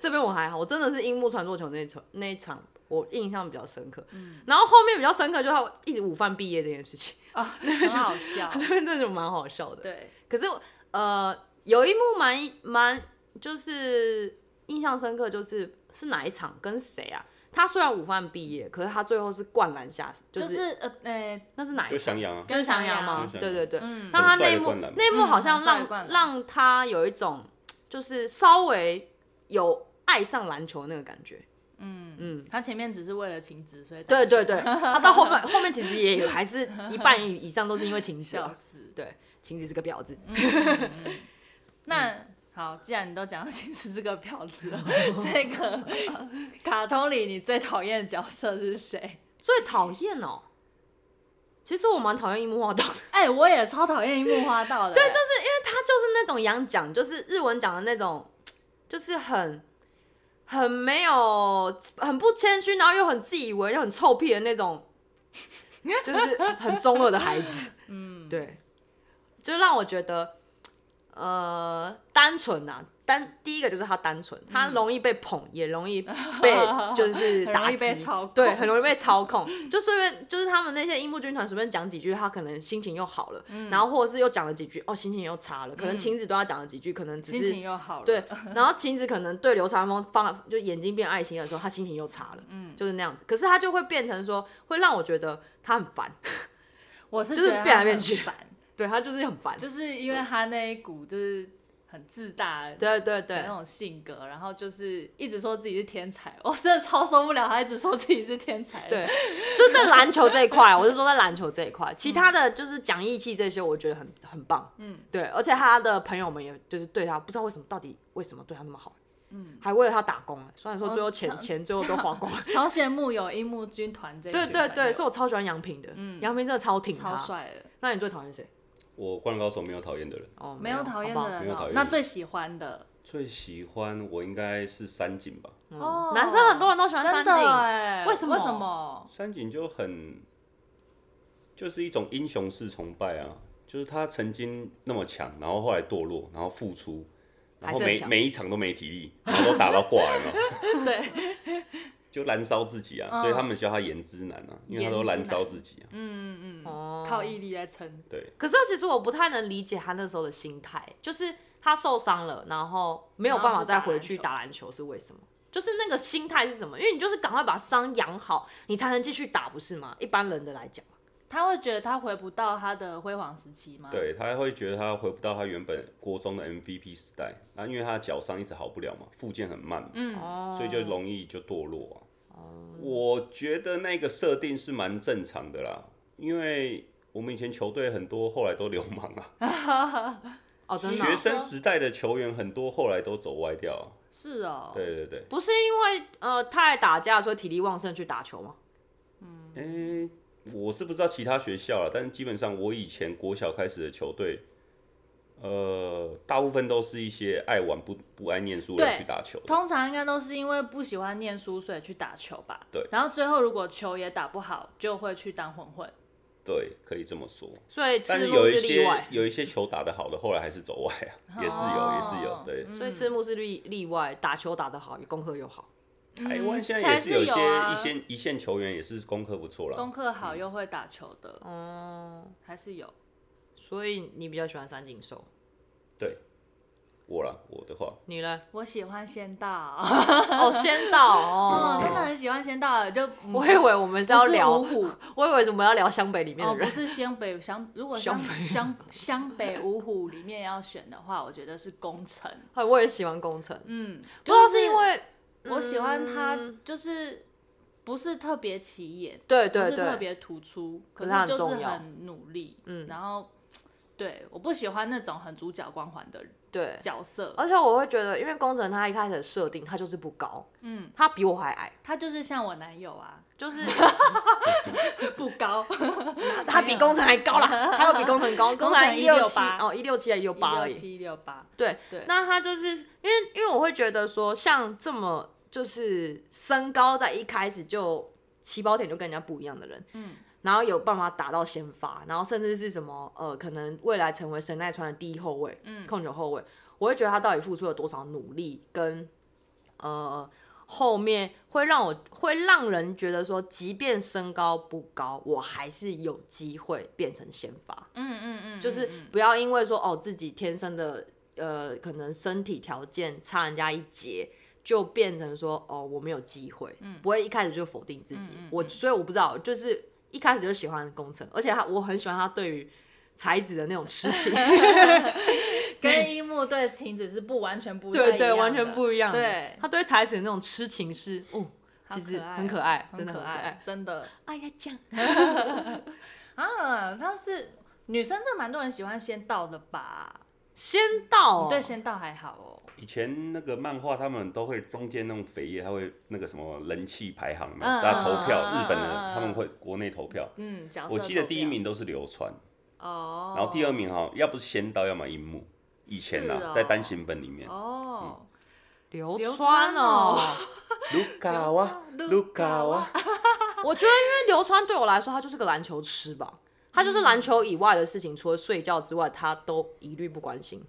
Speaker 1: 这边我还好，我真的是樱木传错球那一场那一场，我印象比较深刻。
Speaker 2: 嗯
Speaker 1: 然后后面比较深刻就是他一直午饭毕业这件事情，
Speaker 2: 啊很好笑。
Speaker 1: 那边真的蛮好笑的。
Speaker 2: 对，
Speaker 1: 可是呃，有一幕蛮蛮就是印象深刻，就是是哪一场跟谁啊？他虽然午饭毕业，可是他最后是灌篮下，就、
Speaker 2: 就是是呃呃，
Speaker 1: 那是哪一
Speaker 3: 就
Speaker 1: 场？
Speaker 3: 翔阳啊，
Speaker 1: 就是翔阳吗
Speaker 3: 跟？翔阳
Speaker 1: 对对对，
Speaker 2: 嗯
Speaker 1: 但他
Speaker 3: 很帅
Speaker 1: 那一
Speaker 3: 的
Speaker 1: 幕
Speaker 3: 灌篮嘛
Speaker 1: 那一幕好像
Speaker 2: 嗯很帅
Speaker 1: 让
Speaker 2: 的、灌篮
Speaker 1: 让他有一种就是稍微有爱上篮球那个感 觉。
Speaker 2: 他前面只是为了情子，所以
Speaker 1: 对对对，他到后面后面其实也有还是一半以以上都是因为晴子啊，
Speaker 2: 笑死。
Speaker 1: 对，晴子是个婊子。
Speaker 2: 那好，既然你都讲到情子是个婊子 了，这个卡通里你最讨厌的角色是谁？
Speaker 1: 最讨厌哦。其实我蛮讨厌樱木花道的，
Speaker 2: 哎，我也超讨厌樱木花道的。欸对，就是
Speaker 1: 他就是那种洋讲，就是日文讲的那种，就是很很没有、很不谦虚，然后又很自以为、又很臭屁的那种， 就是很中二的孩子。嗯，对，就让我觉得，呃，单纯呐、单第一个就是他单纯，他容易被捧，也容 易被就是
Speaker 2: 嗯很
Speaker 1: 打
Speaker 2: 容
Speaker 1: 击，
Speaker 2: 易被操控
Speaker 1: 对，很容易被操控。就随便就是他们那些樱木军团随便讲几句，他可能心情又好了，
Speaker 2: 嗯
Speaker 1: 然后或者是又讲了几句，哦，心情又差了。可能晴子对他讲了几句，可能只
Speaker 2: 心
Speaker 1: 是
Speaker 2: 情又好了。
Speaker 1: 对，然后晴子可能对流川枫放就眼睛变爱心的时候，他心情又差了，嗯，就是那样子。可是他就会变成说，会让我觉得他很烦，
Speaker 2: 我是
Speaker 1: 就是
Speaker 2: 觉得
Speaker 1: 变来
Speaker 2: 他
Speaker 1: 变
Speaker 2: 很
Speaker 1: 去
Speaker 2: 烦
Speaker 1: 对他就是很烦，
Speaker 2: 就是因为他那一股就是很自大。
Speaker 1: 对对
Speaker 2: 的
Speaker 1: 对
Speaker 2: 那，种性格，然后就是一直说自己是天才，我真的超受不了，他一直说自己是天才。
Speaker 1: 对， 就在篮球这一块，我是说在篮球这一块，其他的就是讲义气这些，我觉得很很棒。嗯，对，而且他的朋友们也就是对他不知道为什么到底为什么对他那么好，嗯，还为了他打工，虽然说最后
Speaker 2: 哦
Speaker 1: 钱、
Speaker 2: 这
Speaker 1: 钱最后都花光了。
Speaker 2: 超羡慕有樱木军团这一群
Speaker 1: 对对
Speaker 2: 朋
Speaker 1: 对，
Speaker 2: 友
Speaker 1: 所以我超喜欢杨平的，杨平真的超挺他。
Speaker 2: 嗯超帅的，
Speaker 1: 那你最讨厌谁？
Speaker 3: 我灌篮高手没有讨厌的人，
Speaker 1: 哦，
Speaker 2: 没有讨厌
Speaker 1: 好
Speaker 2: 的
Speaker 1: 吧
Speaker 2: 人
Speaker 3: 没有
Speaker 2: 哦
Speaker 3: 讨厌
Speaker 2: 那最喜欢的
Speaker 3: 最喜欢我应该是三井吧。
Speaker 2: 哦
Speaker 1: 嗯男生很多人都喜欢三
Speaker 2: 真
Speaker 1: 井
Speaker 2: 的，哎，
Speaker 1: 为什么
Speaker 2: 为什么？
Speaker 3: 三井就很，就是一种英雄式崇拜啊，就是他曾经那么强，然后后来堕落，然后付出，然后
Speaker 1: 还是很
Speaker 3: 每
Speaker 1: 强
Speaker 3: 每一场都没体力，然后都打到挂了嘛，
Speaker 2: 对，
Speaker 3: 就燃烧自己啊，所以他们叫他颜之男啊，因为他都燃烧自己啊，
Speaker 1: 哦
Speaker 2: 靠毅力在撑，
Speaker 3: 对，
Speaker 1: 可是其实我不太能理解他那时候的心态，就是他受伤了，然后没有办法再回去打篮球是为什么？就是那个心态是什么？因为你就是赶快把伤养好，你才能继续打，不是吗？一般人的来讲，
Speaker 2: 他会觉得他回不到他的辉煌时期吗？，
Speaker 3: 对他会觉得他回不到他原本国中的 MVP 时代，啊，因为他的脚伤一直好不了嘛，复健很慢嘛，
Speaker 2: 嗯
Speaker 1: 哦
Speaker 3: 所以就容易就堕落啊。我觉得那个设定是蛮正常的啦，因为我们以前球队很多后来都流氓啊，
Speaker 1: 哦，真的哦、
Speaker 3: 学生时代的球员很多后来都走歪掉啊、
Speaker 2: 是哦，
Speaker 3: 对对对，
Speaker 1: 不是因为呃太打架所以体力旺盛去打球吗？
Speaker 3: 诶，我是不知道其他学校了，但是基本上我以前国小开始的球队，呃，大部分都是一些爱玩不不爱念书的人
Speaker 2: 对
Speaker 3: 去打球的。
Speaker 2: 通常应该都是因为不喜欢念书，所以去打球吧。
Speaker 3: 对
Speaker 2: 然后最后如果球也打不好，就会去当混混。
Speaker 3: 对，可以这么说。
Speaker 1: 所以
Speaker 3: 但
Speaker 1: 赤
Speaker 3: 是
Speaker 1: 木
Speaker 3: 有
Speaker 1: 是
Speaker 3: 一
Speaker 1: 例
Speaker 3: 些
Speaker 1: 外，哦
Speaker 3: 有一些球打得好的，后来还是走外啊，也是有，也是有。对，
Speaker 2: 嗯
Speaker 3: 嗯
Speaker 1: 所以赤木是例例外，打球打得好，功课又好。
Speaker 3: 台湾哎现在
Speaker 2: 还
Speaker 3: 也
Speaker 2: 嗯是
Speaker 3: 有
Speaker 2: 有
Speaker 3: 一些
Speaker 2: 啊
Speaker 3: 一线一线球员也是功课不错啦
Speaker 2: 功。课好又会打球的，哦、还是有。
Speaker 1: 嗯所以你比较喜欢三井寿，
Speaker 3: 对，我啦，我的话，
Speaker 1: 你呢？
Speaker 2: 我喜欢仙道，
Speaker 1: 哦，仙道
Speaker 2: 哦，
Speaker 1: 哦，
Speaker 2: 真的很喜欢仙道，就
Speaker 1: 我以为我们是
Speaker 2: 不
Speaker 1: 要
Speaker 2: 是
Speaker 1: 聊
Speaker 2: 五，虎，
Speaker 1: 我以为我们要聊湘北里面
Speaker 2: 哦，
Speaker 1: 的
Speaker 2: 不
Speaker 1: 人。
Speaker 2: 是湘北湘，如果湘湘湘北五虎里面要选的话，我觉得是宫城。
Speaker 1: 哎 我也喜欢工程，
Speaker 2: 嗯，
Speaker 1: 不知道是因为
Speaker 2: 我喜欢他
Speaker 1: 嗯，
Speaker 2: 就是不是特别起眼，
Speaker 1: 对
Speaker 2: 不
Speaker 1: 对
Speaker 2: 是特
Speaker 1: 对，
Speaker 2: 别突出，
Speaker 1: 可
Speaker 2: 可
Speaker 1: 是他
Speaker 2: 是
Speaker 1: 很
Speaker 2: 就
Speaker 1: 重
Speaker 2: 是
Speaker 1: 要
Speaker 2: 很努力。
Speaker 1: 嗯
Speaker 2: 然后对，我不喜欢那种很主角光环的
Speaker 1: 对，
Speaker 2: 角色，
Speaker 1: 而且我会觉得，因为工程他一开始的设定他就是不高，嗯，他比我还矮，
Speaker 2: 他就是像我男友 啊，
Speaker 1: 就是
Speaker 2: 不高，
Speaker 1: 他他比工程还高啦，还有比工程 高，
Speaker 2: 工程
Speaker 1: 程一六七
Speaker 2: 168
Speaker 1: 哦，一六七还一六
Speaker 2: 一
Speaker 1: 八而
Speaker 2: 六
Speaker 1: 已。
Speaker 2: 七一六 八，
Speaker 1: 对
Speaker 2: 对
Speaker 1: 那他就是因为因为我会觉得说，像这么就是身高在一开始就起跑点就跟人家不一样的人，嗯，然后有办法打到先发，然后甚至是什么呃，可能未来成为神奈川的第一后卫，嗯，控球后卫，我会觉得他到底付出了多少努力跟呃。后面会让我会让人觉得说，即便身高不高，我还是有机会变成先发。
Speaker 2: 嗯嗯嗯，
Speaker 1: 就是不要因为说哦自己天生的呃可能身体条件差人家一截，就变成说哦我没有机会，
Speaker 2: 嗯
Speaker 1: 不会一开始就否定自己。我所以我不知道，就是一开始就喜欢工程，而且他我很喜欢他对于才子的那种痴情，
Speaker 2: 跟樱木对晴子是不完 全不太
Speaker 1: 对
Speaker 2: 一样
Speaker 1: 对，
Speaker 2: 的
Speaker 1: 完全不一样的。
Speaker 2: 对
Speaker 1: 他对才子的那种痴情是哦。
Speaker 2: 好
Speaker 1: 其实
Speaker 2: 可爱
Speaker 1: 很
Speaker 2: 哦
Speaker 1: 可爱，
Speaker 2: 很
Speaker 1: 真的很
Speaker 2: 可
Speaker 1: 可爱。，
Speaker 2: 真的
Speaker 1: 哎呀，这样
Speaker 2: 啊！他是女生，这蛮多人喜欢仙道的吧？
Speaker 1: 先到、
Speaker 2: 你对仙道还好哦，
Speaker 3: 以前那个漫画他们都会中间那种扉页，他会那个什么人气排行嘛，
Speaker 2: 嗯
Speaker 3: 大家投票，
Speaker 2: 嗯嗯嗯
Speaker 3: 日本
Speaker 2: 嗯
Speaker 3: 的
Speaker 2: 嗯
Speaker 3: 他们会国内投票。
Speaker 2: 嗯，角色
Speaker 3: 我记得
Speaker 2: 投票
Speaker 3: 第一名都是流川，
Speaker 2: 哦，
Speaker 3: 然后第二名哈，要不是仙道，要么樱木。以前
Speaker 2: 是哦
Speaker 3: 啊，在单行本里面，
Speaker 2: 哦，
Speaker 3: 嗯
Speaker 1: 流
Speaker 2: 流
Speaker 1: 川
Speaker 2: 川
Speaker 1: 哦
Speaker 2: 哦，
Speaker 3: 卢卡哇，卢卡哇，
Speaker 1: 我觉得，因为流川对我来说，他就是个篮球痴吧。他就是篮球以外的事情，除了睡觉之外，他都一律不关心。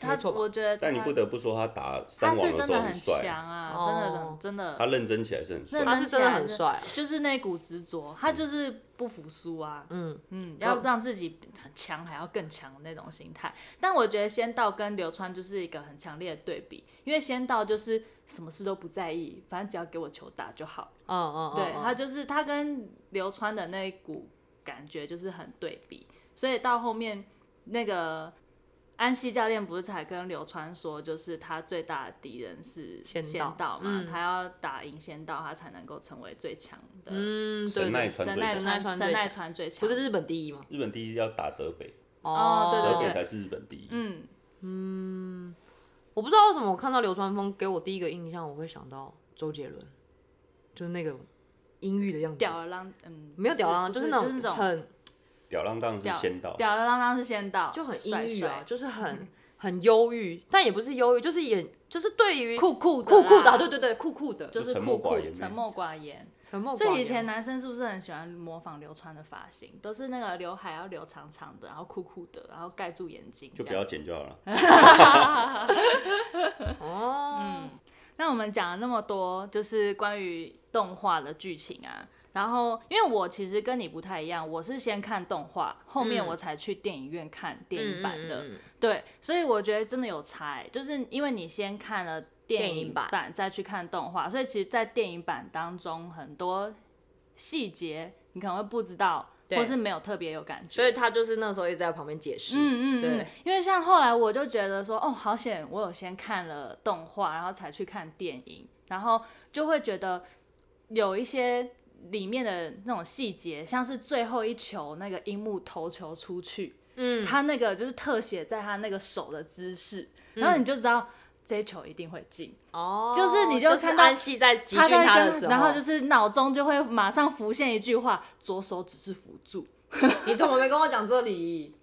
Speaker 2: 他
Speaker 1: 没错吧
Speaker 2: 我觉得他
Speaker 3: 但你不得不说，他打
Speaker 2: 他
Speaker 3: 三
Speaker 2: 是
Speaker 3: 网的
Speaker 2: 真
Speaker 3: 时候
Speaker 2: 的很
Speaker 3: 帅，
Speaker 2: 强啊，
Speaker 1: 哦
Speaker 2: 真的真的
Speaker 3: 他认真起来是很帅
Speaker 2: 认
Speaker 1: 他
Speaker 3: 的。
Speaker 1: 是真的很帅啊
Speaker 2: 就是那股执着，他就是
Speaker 3: 嗯
Speaker 2: 不服输啊，嗯嗯，要让自己很强，还要更强的那种心态。但我觉得仙道跟流川就是一个很强烈的对比，因为仙道就是什么事都不在意，反正只要给我球打就好。
Speaker 1: 嗯嗯，嗯
Speaker 2: 对
Speaker 1: 嗯
Speaker 2: 他就是他跟流川的那一股感觉就是很对比，所以到后面那个安西教练不是才跟流川说，就是他最大的敌人是
Speaker 1: 仙道
Speaker 2: 道嘛，
Speaker 1: 嗯
Speaker 2: 他要打赢仙道，他才能够成为最强的、
Speaker 1: 嗯，对
Speaker 3: 神奈
Speaker 1: 对，
Speaker 3: 川
Speaker 2: 神
Speaker 3: 最
Speaker 2: 奈
Speaker 3: 强，
Speaker 1: 神奈川最
Speaker 2: 神奈
Speaker 1: 强
Speaker 2: 川最强，
Speaker 1: 不是日本第一吗？
Speaker 3: 日本第一要打泽北，
Speaker 2: 哦对对
Speaker 3: 泽
Speaker 2: 对
Speaker 3: 北才是日本第一。
Speaker 2: 嗯，
Speaker 1: 我不知道为什么我看到流川枫，给我第一个印象，我会想到周杰伦，就是那个阴郁的样子，
Speaker 2: 吊儿郎嗯
Speaker 1: 没有吊儿郎当，
Speaker 2: 不
Speaker 1: 就是是
Speaker 2: 那
Speaker 1: 那
Speaker 2: 种
Speaker 1: 种很
Speaker 3: 吊浪当然
Speaker 2: 吊
Speaker 3: 是仙道，
Speaker 2: 吊儿郎当是仙道，
Speaker 1: 就很
Speaker 2: 帅
Speaker 1: 阴郁啊，
Speaker 2: 帅
Speaker 1: 就是很 很忧郁，但也不是忧郁，就是也就是对于
Speaker 2: 酷酷
Speaker 1: 酷酷的
Speaker 2: 的
Speaker 1: 啊，
Speaker 2: 啦，
Speaker 1: 对对对，酷酷的
Speaker 2: 就
Speaker 3: 就是沉
Speaker 2: 酷
Speaker 3: 默
Speaker 2: 酷
Speaker 3: 寡言呗
Speaker 2: 沉默寡言。
Speaker 1: 沉默寡言。
Speaker 2: 所以以前男生是不是很喜欢模仿流川的发型？都是那个刘海要留长长的，然后酷酷的，然后盖住眼睛
Speaker 3: 就
Speaker 2: 这
Speaker 3: 不要
Speaker 2: 样。
Speaker 3: 剪就好了。
Speaker 1: 哦，
Speaker 2: 那我们讲了那么多，就是关于动画的剧情啊。然后，因为我其实跟你不太一样，我是先看动画，后面
Speaker 1: 嗯
Speaker 2: 我才去电影院看电影版的。
Speaker 1: 嗯嗯嗯嗯
Speaker 2: 对，所以我觉得真的有差欸、就是因为你先看了电
Speaker 1: 电影
Speaker 2: 影
Speaker 1: 版
Speaker 2: 版，再去看动画，所以其实，在电影版当中很多细节你可能会不知道，
Speaker 1: 对
Speaker 2: 或是没有特别有感觉。
Speaker 1: 所以他就是那时候一直在旁边解释。
Speaker 2: 嗯嗯
Speaker 1: 对
Speaker 2: 嗯，因为像后来我就觉得说，哦，好险，我有先看了动画，然后才去看电影，然后就会觉得有一些里面的那种细节，像是最后一球那个樱木投球出去，
Speaker 1: 嗯，嗯
Speaker 2: 他那个就是特写在他那个手的姿势，然后你就知道。这一球一定会进。
Speaker 1: 哦，
Speaker 2: 就是你就
Speaker 1: 就
Speaker 2: 看
Speaker 1: 是
Speaker 2: 到
Speaker 1: 安西在集
Speaker 2: 他
Speaker 1: 训
Speaker 2: 在
Speaker 1: 他的
Speaker 2: 跟
Speaker 1: 时候，
Speaker 2: 然后就是脑中就会马上浮现一句话：左手只是辅助。
Speaker 1: 你怎么没跟我讲这里？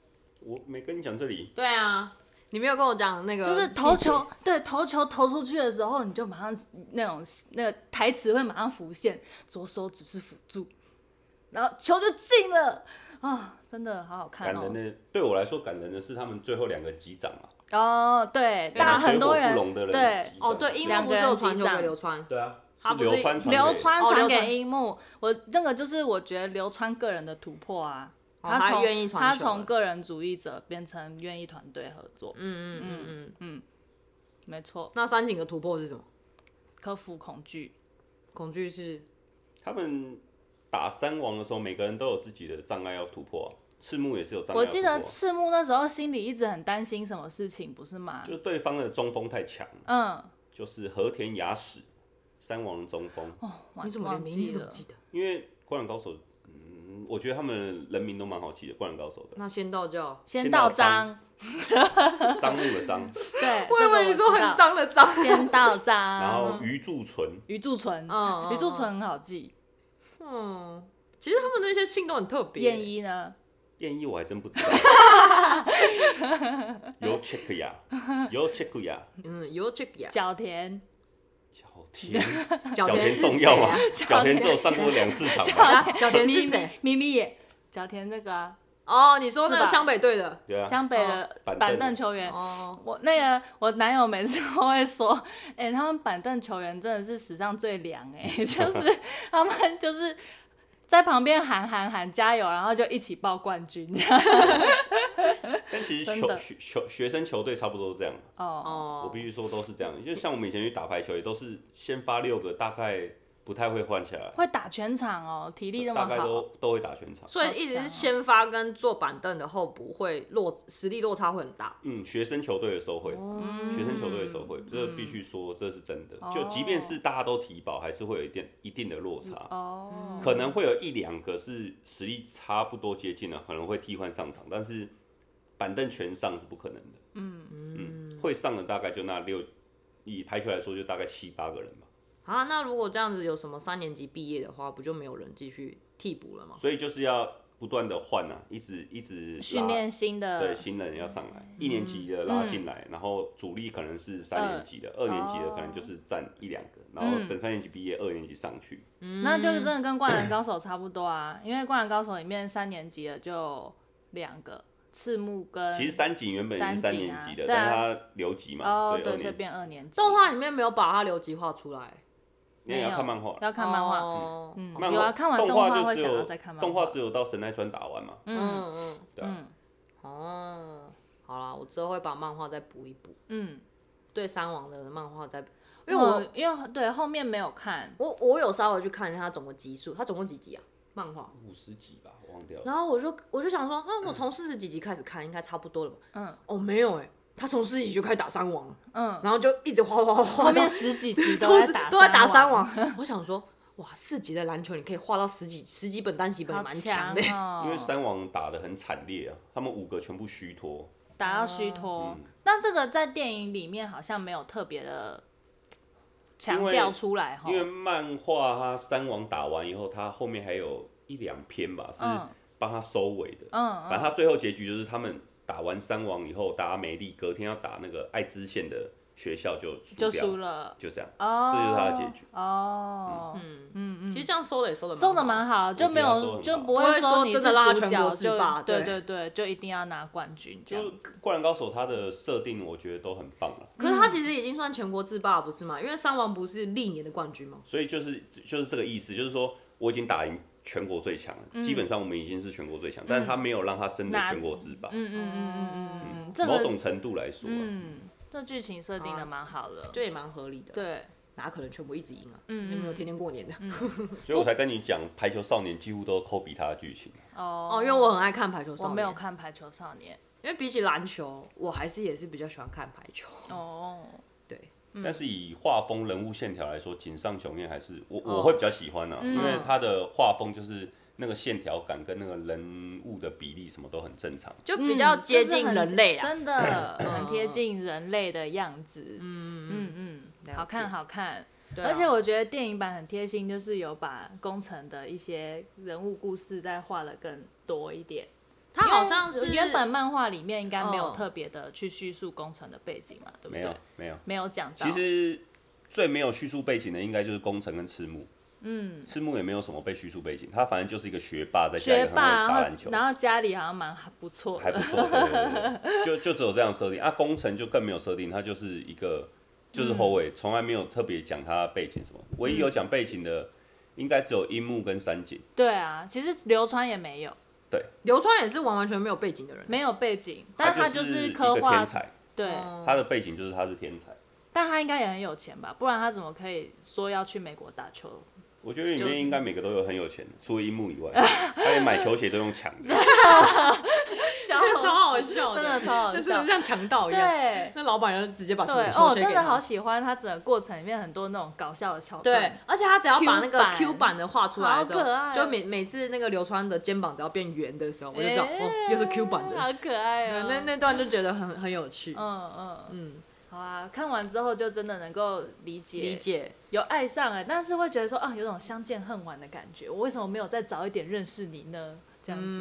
Speaker 3: 我没跟你讲这里，
Speaker 1: 对啊，你没有跟我讲那个，
Speaker 2: 就是投球，对投球投出去的时候，你就马上那种那个台词会马上浮现，左手只是辅助，然后球就进了啊！真的好好看
Speaker 3: 感人
Speaker 2: 哦。
Speaker 3: 的对我来说感人的是他们最后两个击掌啊，
Speaker 2: 哦，
Speaker 1: 哎
Speaker 2: 对，大
Speaker 3: 水
Speaker 2: 很多
Speaker 3: 火
Speaker 2: 人
Speaker 3: 不容的人
Speaker 2: 对
Speaker 3: 击掌啊
Speaker 1: 哦，对，因为
Speaker 2: 两
Speaker 1: 不
Speaker 2: 个
Speaker 1: 是
Speaker 2: 人
Speaker 1: 有传嗯球
Speaker 2: 击
Speaker 1: 给
Speaker 2: 掌
Speaker 1: 流川，
Speaker 3: 对啊，
Speaker 1: 他
Speaker 3: 是
Speaker 1: 不
Speaker 3: 流
Speaker 1: 是
Speaker 3: 川传
Speaker 2: 流
Speaker 3: 给
Speaker 2: 川
Speaker 1: 哦
Speaker 2: 传
Speaker 1: 流川
Speaker 2: 给樱木，我这个就是我觉得流川个人的突破啊，
Speaker 1: 哦
Speaker 2: 他
Speaker 1: 他
Speaker 2: 从
Speaker 1: 愿意传
Speaker 2: 他
Speaker 1: 球
Speaker 2: 从
Speaker 1: 了
Speaker 2: 个人主义者变成愿意团队合作，
Speaker 1: 嗯嗯嗯嗯。
Speaker 2: 没错，
Speaker 1: 那三井的突破是什么？
Speaker 2: 克服恐惧，
Speaker 1: 恐惧是
Speaker 3: 他们打三王的时候，每个人都有自己的障碍要突破啊、赤木也是有障碍
Speaker 2: 我
Speaker 3: 要突
Speaker 2: 记
Speaker 3: 破啊、
Speaker 2: 得赤木那时候心里一直很担心什么事情，不是吗？
Speaker 3: 就对方的中锋太强，
Speaker 2: 嗯，
Speaker 3: 就是和田雅史，三王的中锋，
Speaker 2: 哦，忘
Speaker 1: 你怎么连
Speaker 2: 忘
Speaker 1: 名
Speaker 2: 记
Speaker 1: 字都不
Speaker 2: 了
Speaker 1: 记得？
Speaker 3: 因为《灌篮高手》，嗯，我觉得他们人名都蛮好记的，《灌篮高手》
Speaker 1: 那仙道教，
Speaker 2: 先
Speaker 3: 先
Speaker 2: 到
Speaker 3: 到
Speaker 2: 章，
Speaker 3: 的张木的
Speaker 2: 嗯
Speaker 3: 张，
Speaker 2: 对，
Speaker 1: 我以
Speaker 2: 这个
Speaker 1: 为你说
Speaker 2: 知道
Speaker 1: 很，脏的脏，
Speaker 2: 先到
Speaker 3: 然后
Speaker 2: 章，
Speaker 3: 鱼柱纯，
Speaker 2: 鱼柱唇，
Speaker 1: 嗯
Speaker 2: 鱼柱唇很好记，
Speaker 1: 嗯，其实他们那些姓都很特
Speaker 2: 燕
Speaker 1: 别。
Speaker 2: 一呢？
Speaker 3: 燕一我还真不知道。有 check 呀，有 check 呀，
Speaker 1: 嗯，有这个呀，
Speaker 2: 角田，
Speaker 3: 小田，
Speaker 1: 角
Speaker 3: 田
Speaker 1: 是
Speaker 3: 重
Speaker 1: 谁
Speaker 3: 要吗
Speaker 1: 啊？？
Speaker 3: 小田只有上过两次场吧，
Speaker 1: 啊角田
Speaker 2: 咪
Speaker 1: 是
Speaker 2: 咪
Speaker 1: 谁？？
Speaker 2: 咪咪也，角田那个啊，
Speaker 1: 哦，你说那
Speaker 2: 是
Speaker 1: 个
Speaker 2: 吧
Speaker 1: 湘北队的
Speaker 3: 对啊，
Speaker 2: 湘北的
Speaker 3: 板凳
Speaker 2: 板凳球员。
Speaker 1: 哦，
Speaker 2: 我那个我男友每次都会说，哎、他们板凳球员真的是史上最凉哎、 就是他们就是在旁边喊喊喊加油，然后就一起报冠军这样。
Speaker 3: 但其实
Speaker 2: 真
Speaker 3: 球
Speaker 2: 的
Speaker 3: 学球学生球队差不多都这样，
Speaker 2: 哦，
Speaker 3: 我
Speaker 1: 哦，
Speaker 3: 必须说都是这样。就像我们以前去打排球，也都是先发六个，大概不太会换下来，
Speaker 2: 会打全场哦，体力那么
Speaker 3: 大概
Speaker 2: 好。
Speaker 3: 都都会打全场。
Speaker 1: 所以一直
Speaker 2: 哦
Speaker 1: 是先发跟坐板凳的候补会落实力落差会很大。
Speaker 3: 嗯，学生球队的时候会，
Speaker 1: 哦
Speaker 2: 嗯
Speaker 3: 学生球队的时候会，这必须说这是真的
Speaker 2: 哦。
Speaker 3: 就即便是大家都提保，还是会有一定一定的落差。
Speaker 2: 哦，
Speaker 3: 可能会有一两个是实力差不多接近的，可能会替换上场，但是板凳全上是不可能的。嗯嗯，会上的大概就那六，以排球来说就大概七八个人吧。
Speaker 1: 啊，那如果这样子有什么三年级毕业的话，不就没有人继续替补了吗？
Speaker 3: 所以就是要不断的换啊，一直一直拉
Speaker 2: 训练新
Speaker 3: 对
Speaker 2: 的嗯
Speaker 3: 新人要上来，一年级的拉进来，然后主力可能是三年级的，二年级的可能就是占一两个，然
Speaker 2: 嗯
Speaker 3: 后等三年级毕业，二年级上去。
Speaker 2: 那
Speaker 1: 嗯
Speaker 2: 就是真的跟《灌篮高手》差不多啊，因为《灌篮高手》里面三年级的就两个，赤木跟
Speaker 3: 其实三井原本也是
Speaker 2: 三
Speaker 3: 三
Speaker 2: 井
Speaker 3: 年
Speaker 2: 啊
Speaker 3: 级的，
Speaker 2: 对啊
Speaker 3: 但他留级嘛，
Speaker 2: 哦
Speaker 3: 所以二
Speaker 2: 对，这
Speaker 3: 年级
Speaker 2: 变。二年级。
Speaker 1: 动画里面没有把他留级画出来，
Speaker 3: 那也要
Speaker 2: 没有
Speaker 3: 看漫画了，
Speaker 2: 要看漫画，
Speaker 1: 哦
Speaker 2: 嗯
Speaker 3: 漫
Speaker 2: 有啊
Speaker 3: 画
Speaker 2: 看完
Speaker 3: 动
Speaker 2: 动画
Speaker 3: 就
Speaker 2: 会
Speaker 3: 只
Speaker 2: 想要
Speaker 3: 有
Speaker 2: 再看漫
Speaker 3: 动
Speaker 2: 画
Speaker 3: 画只有到神奈川打完嘛，
Speaker 2: 嗯
Speaker 1: 嗯嗯，
Speaker 3: 对啊
Speaker 1: 哦，好啦，我之后会把漫画再补一补，
Speaker 2: 嗯，
Speaker 1: 对三王的漫画再，因为
Speaker 2: 因为
Speaker 1: 我
Speaker 2: 我因为对后面没有看，
Speaker 1: 我我有稍微去看一下它总共集数，它总共几集啊？漫画。
Speaker 3: 五十集吧，我忘掉了。
Speaker 1: 然后我就我就想说，啊，我从四十几集开始看，应该差不多了吧？
Speaker 2: 嗯，
Speaker 1: 哦，没有哎、他从四十集就开始打三王了，
Speaker 2: 嗯，
Speaker 1: 然后就一直哗哗哗哗，
Speaker 2: 后面十几集
Speaker 1: 都
Speaker 2: 都
Speaker 1: 是
Speaker 2: 在打
Speaker 1: 都在打
Speaker 2: 三
Speaker 1: 三，网。我想说，哇，四级的篮球你可以画到十几十几本单行本，
Speaker 2: 好
Speaker 1: 也蛮强的。
Speaker 2: 哦，
Speaker 3: 因为三王打的很惨烈啊，他们五个全部虚脱，
Speaker 2: 打到虚
Speaker 3: 嗯
Speaker 2: 脱。但这个在电影里面好像没有特别的强调出来哈
Speaker 3: 因。为漫画它三王打完以后，它后面还有一两篇吧，是
Speaker 2: 嗯
Speaker 3: 帮他收尾的。
Speaker 2: 嗯
Speaker 3: 反正它最后结局就是他们打完三王以后，打美丽，隔天要打那个爱知县的学校就
Speaker 2: 就
Speaker 3: 输掉
Speaker 2: 输，了
Speaker 3: 就这样。
Speaker 2: 哦，
Speaker 3: 这就是它的结局
Speaker 2: 哦。
Speaker 1: 其实这样收的也收的
Speaker 2: 收的蛮好，就没有
Speaker 3: 我
Speaker 2: 就
Speaker 3: 觉得收得很好
Speaker 2: 不
Speaker 1: 不
Speaker 2: 会
Speaker 1: 会说
Speaker 2: 你
Speaker 1: 真
Speaker 2: 是
Speaker 1: 的拉
Speaker 2: 主
Speaker 1: 全
Speaker 2: 角
Speaker 1: 国之霸
Speaker 2: 就对
Speaker 1: 对
Speaker 2: 对对，就一定要拿冠军这
Speaker 3: 就
Speaker 2: 样
Speaker 3: 《灌篮高手》它的设定，我觉得都很棒啊了。
Speaker 1: 可是
Speaker 2: 嗯
Speaker 1: 他其实已经算全国制霸了不是吗？因为三王不是历年的冠军吗？
Speaker 3: 所以就是就是这个意思，就是说我已经打赢全国最强了，
Speaker 2: 嗯
Speaker 3: 基本上我们已经是全国最强，但是他没有让他真的
Speaker 2: 拿
Speaker 3: 全国之霸。
Speaker 2: 嗯嗯嗯嗯嗯嗯嗯，这
Speaker 3: 某
Speaker 2: 个
Speaker 3: 种程度来说啊，
Speaker 2: 嗯，啊这剧情设定的蛮好的，
Speaker 1: 这也蛮合理的。，
Speaker 2: 对，
Speaker 1: 哪可能全部一直赢啊？嗯，有没有天天过年的？
Speaker 3: 所以我才跟你讲，《排球少年》几乎都抠比他的剧情。啊
Speaker 2: 哦
Speaker 1: 哦，因为我很爱看排球
Speaker 2: 我
Speaker 1: 少
Speaker 2: 没有
Speaker 1: 年，
Speaker 2: 看《排球少年
Speaker 1: 因为比起篮球，我还是也是比较喜欢看排球。》
Speaker 2: 哦，
Speaker 1: 对，
Speaker 3: 但是以画
Speaker 2: 哦嗯
Speaker 3: 风、人物线条来说，井上雄彦还是我我会比较喜欢啊，因为他的画风就是那个线条感跟那个人物的比例什么都很正常。
Speaker 1: 就比较接
Speaker 2: 嗯就是
Speaker 1: 近
Speaker 2: 很
Speaker 1: 人类啦。
Speaker 2: 真的 很贴近人类的样子。
Speaker 1: 嗯
Speaker 2: 嗯嗯，好
Speaker 1: 了
Speaker 2: 看
Speaker 1: 解
Speaker 2: 好看。
Speaker 1: 对啊
Speaker 2: 而且我觉得电影版很贴心，就是有把工程的一些人物故事再画的更多一点。
Speaker 1: 它
Speaker 2: 因为
Speaker 1: 好像是
Speaker 2: 原本漫画里面应该没有
Speaker 1: 嗯
Speaker 2: 特别的去叙述工程的背景嘛，对不
Speaker 3: 没
Speaker 2: 对？
Speaker 3: 有，没有。
Speaker 2: 没有讲到。
Speaker 3: 其实最没有叙述背景的，应该就是工程跟赤木。嗯，赤木也没有什么被叙述背景，他反正就是一个学霸，在家里
Speaker 2: 学
Speaker 3: 很会
Speaker 2: 霸，
Speaker 3: 打
Speaker 2: 然
Speaker 3: 篮
Speaker 2: 后
Speaker 3: 球，
Speaker 2: 然后家里好像蛮不错
Speaker 3: 还
Speaker 2: 的
Speaker 3: 不，错。对对对对就就只有这样设定啊，工程就更没有设定，他就是一个就是
Speaker 2: 嗯
Speaker 3: 后卫，从来没有特别讲他背景什么。唯一有讲背景的，应该只有樱木跟三井。
Speaker 2: 对啊，其实流川也没有
Speaker 1: 流川也是完完全没有背景的人，
Speaker 2: 没有背景，但他
Speaker 3: 就是是
Speaker 2: 刻
Speaker 3: 一个
Speaker 2: 画嗯
Speaker 3: 天才，
Speaker 2: 对，
Speaker 1: 哦
Speaker 3: 他的背景就是他是天才。
Speaker 2: 但他应该也很有钱吧？不然他怎么可以说要去美国打球？
Speaker 3: 我觉得里
Speaker 2: 就
Speaker 3: 面应该每个都有很有钱的，除了樱木以外，他连买球鞋都用抢 的。
Speaker 2: 笑
Speaker 1: 超好笑
Speaker 2: 真的超好
Speaker 1: 就是
Speaker 2: 笑。
Speaker 1: 像强盗一样。
Speaker 2: 对
Speaker 1: 那老板就直接把球
Speaker 2: 对
Speaker 1: 球
Speaker 2: 哦，
Speaker 1: 鞋给
Speaker 2: 真的
Speaker 1: 他
Speaker 2: 好喜欢他整个过程里面很多那种搞笑的桥段。
Speaker 1: 对，而且他只要
Speaker 2: Q
Speaker 1: 把那个
Speaker 2: 版
Speaker 1: Q 版的画出来的时
Speaker 2: 好可爱
Speaker 1: 候，
Speaker 2: 哦
Speaker 1: 就每每次那个流川的肩膀只要变圆的时候，我
Speaker 2: 哎，
Speaker 1: 就知道哦，又是 Q 版的。
Speaker 2: 好可爱
Speaker 1: 对
Speaker 2: 哦。
Speaker 1: 那那段就觉得很很有趣，
Speaker 2: 嗯嗯嗯，
Speaker 1: 嗯，
Speaker 2: 好啊，看完之后就真的能够理解
Speaker 1: 理解。
Speaker 2: 有爱上哎、但是会觉得说啊，有种相见恨晚的感觉。我为什么没有再早一点认识你呢？这样子，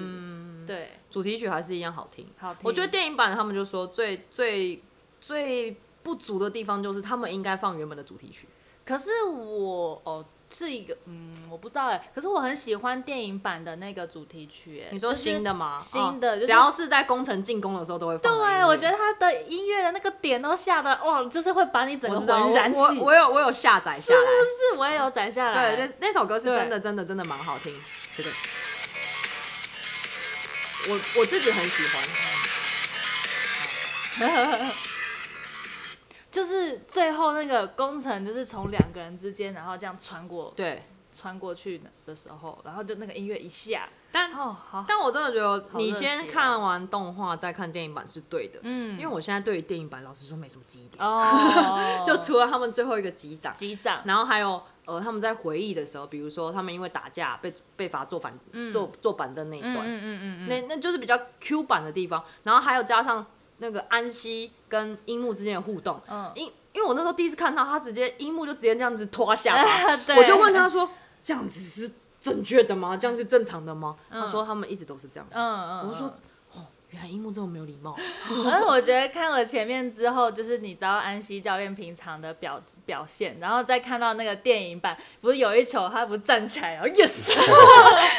Speaker 2: 对，
Speaker 1: 嗯主题曲还是一样好听。
Speaker 2: 好听。
Speaker 1: 我觉得电影版他们就说最最最不足的地方就是他们应该放原本的主题曲。
Speaker 2: 可是我哦是一个嗯，我不知道哎、可是我很喜欢电影版的那个主题曲、哎
Speaker 1: 你说新的？吗？
Speaker 2: 就是新的
Speaker 1: 哦
Speaker 2: 就是
Speaker 1: 只要是在工程进攻的时候都会
Speaker 2: 就
Speaker 1: 放
Speaker 2: 是
Speaker 1: 的音乐。
Speaker 2: 对，我觉得它的音乐的那个点都下的哇，就是会把你整个
Speaker 1: 我知道
Speaker 2: 浑然起。
Speaker 1: 我我我有我有下载下来，
Speaker 2: 是，我也有载下来。
Speaker 1: 对，那那首歌是
Speaker 2: 对
Speaker 1: 真的真的真的蛮好听，这个我我自己很喜欢。
Speaker 2: 就是最后那个工程，就是从两个人之间，然后这样穿过
Speaker 1: 对，
Speaker 2: 穿过去的时候，然后就那个音乐一下，
Speaker 1: 但
Speaker 2: 哦，好，
Speaker 1: 但我真的觉得
Speaker 2: 好热
Speaker 1: 你
Speaker 2: 血
Speaker 1: 先
Speaker 2: 哦
Speaker 1: 看完动画再看电影版是对的，
Speaker 2: 嗯
Speaker 1: 因为我现在对于电影版老实说没什么记忆点，
Speaker 2: 哦
Speaker 1: 就除了他们最后一个击掌，
Speaker 2: 击掌，
Speaker 1: 然后还有呃他们在回忆的时候，比如说他们因为打架被被罚坐板坐坐板凳那一
Speaker 2: 嗯
Speaker 1: 段，
Speaker 2: 嗯嗯嗯
Speaker 1: 那那就是比较 Q 版的地方，然后还有加上那个安西跟樱木之间的互动，
Speaker 2: 嗯
Speaker 1: 因因为我那时候第一次看到他直接樱木就直接这样子拖下巴，
Speaker 2: 嗯， 对，
Speaker 1: 我就问他说这样子是正确的吗？这样是正常的吗？他说他们一直都是这样子。
Speaker 2: 嗯，嗯嗯，
Speaker 1: 我就说哦，原来樱木这么没有礼貌，
Speaker 2: 而我觉得看了前面之后，就是你知道安西教练平常的表表现，然后再看到那个电影版，不是有一球他不是站起来，然后 yes，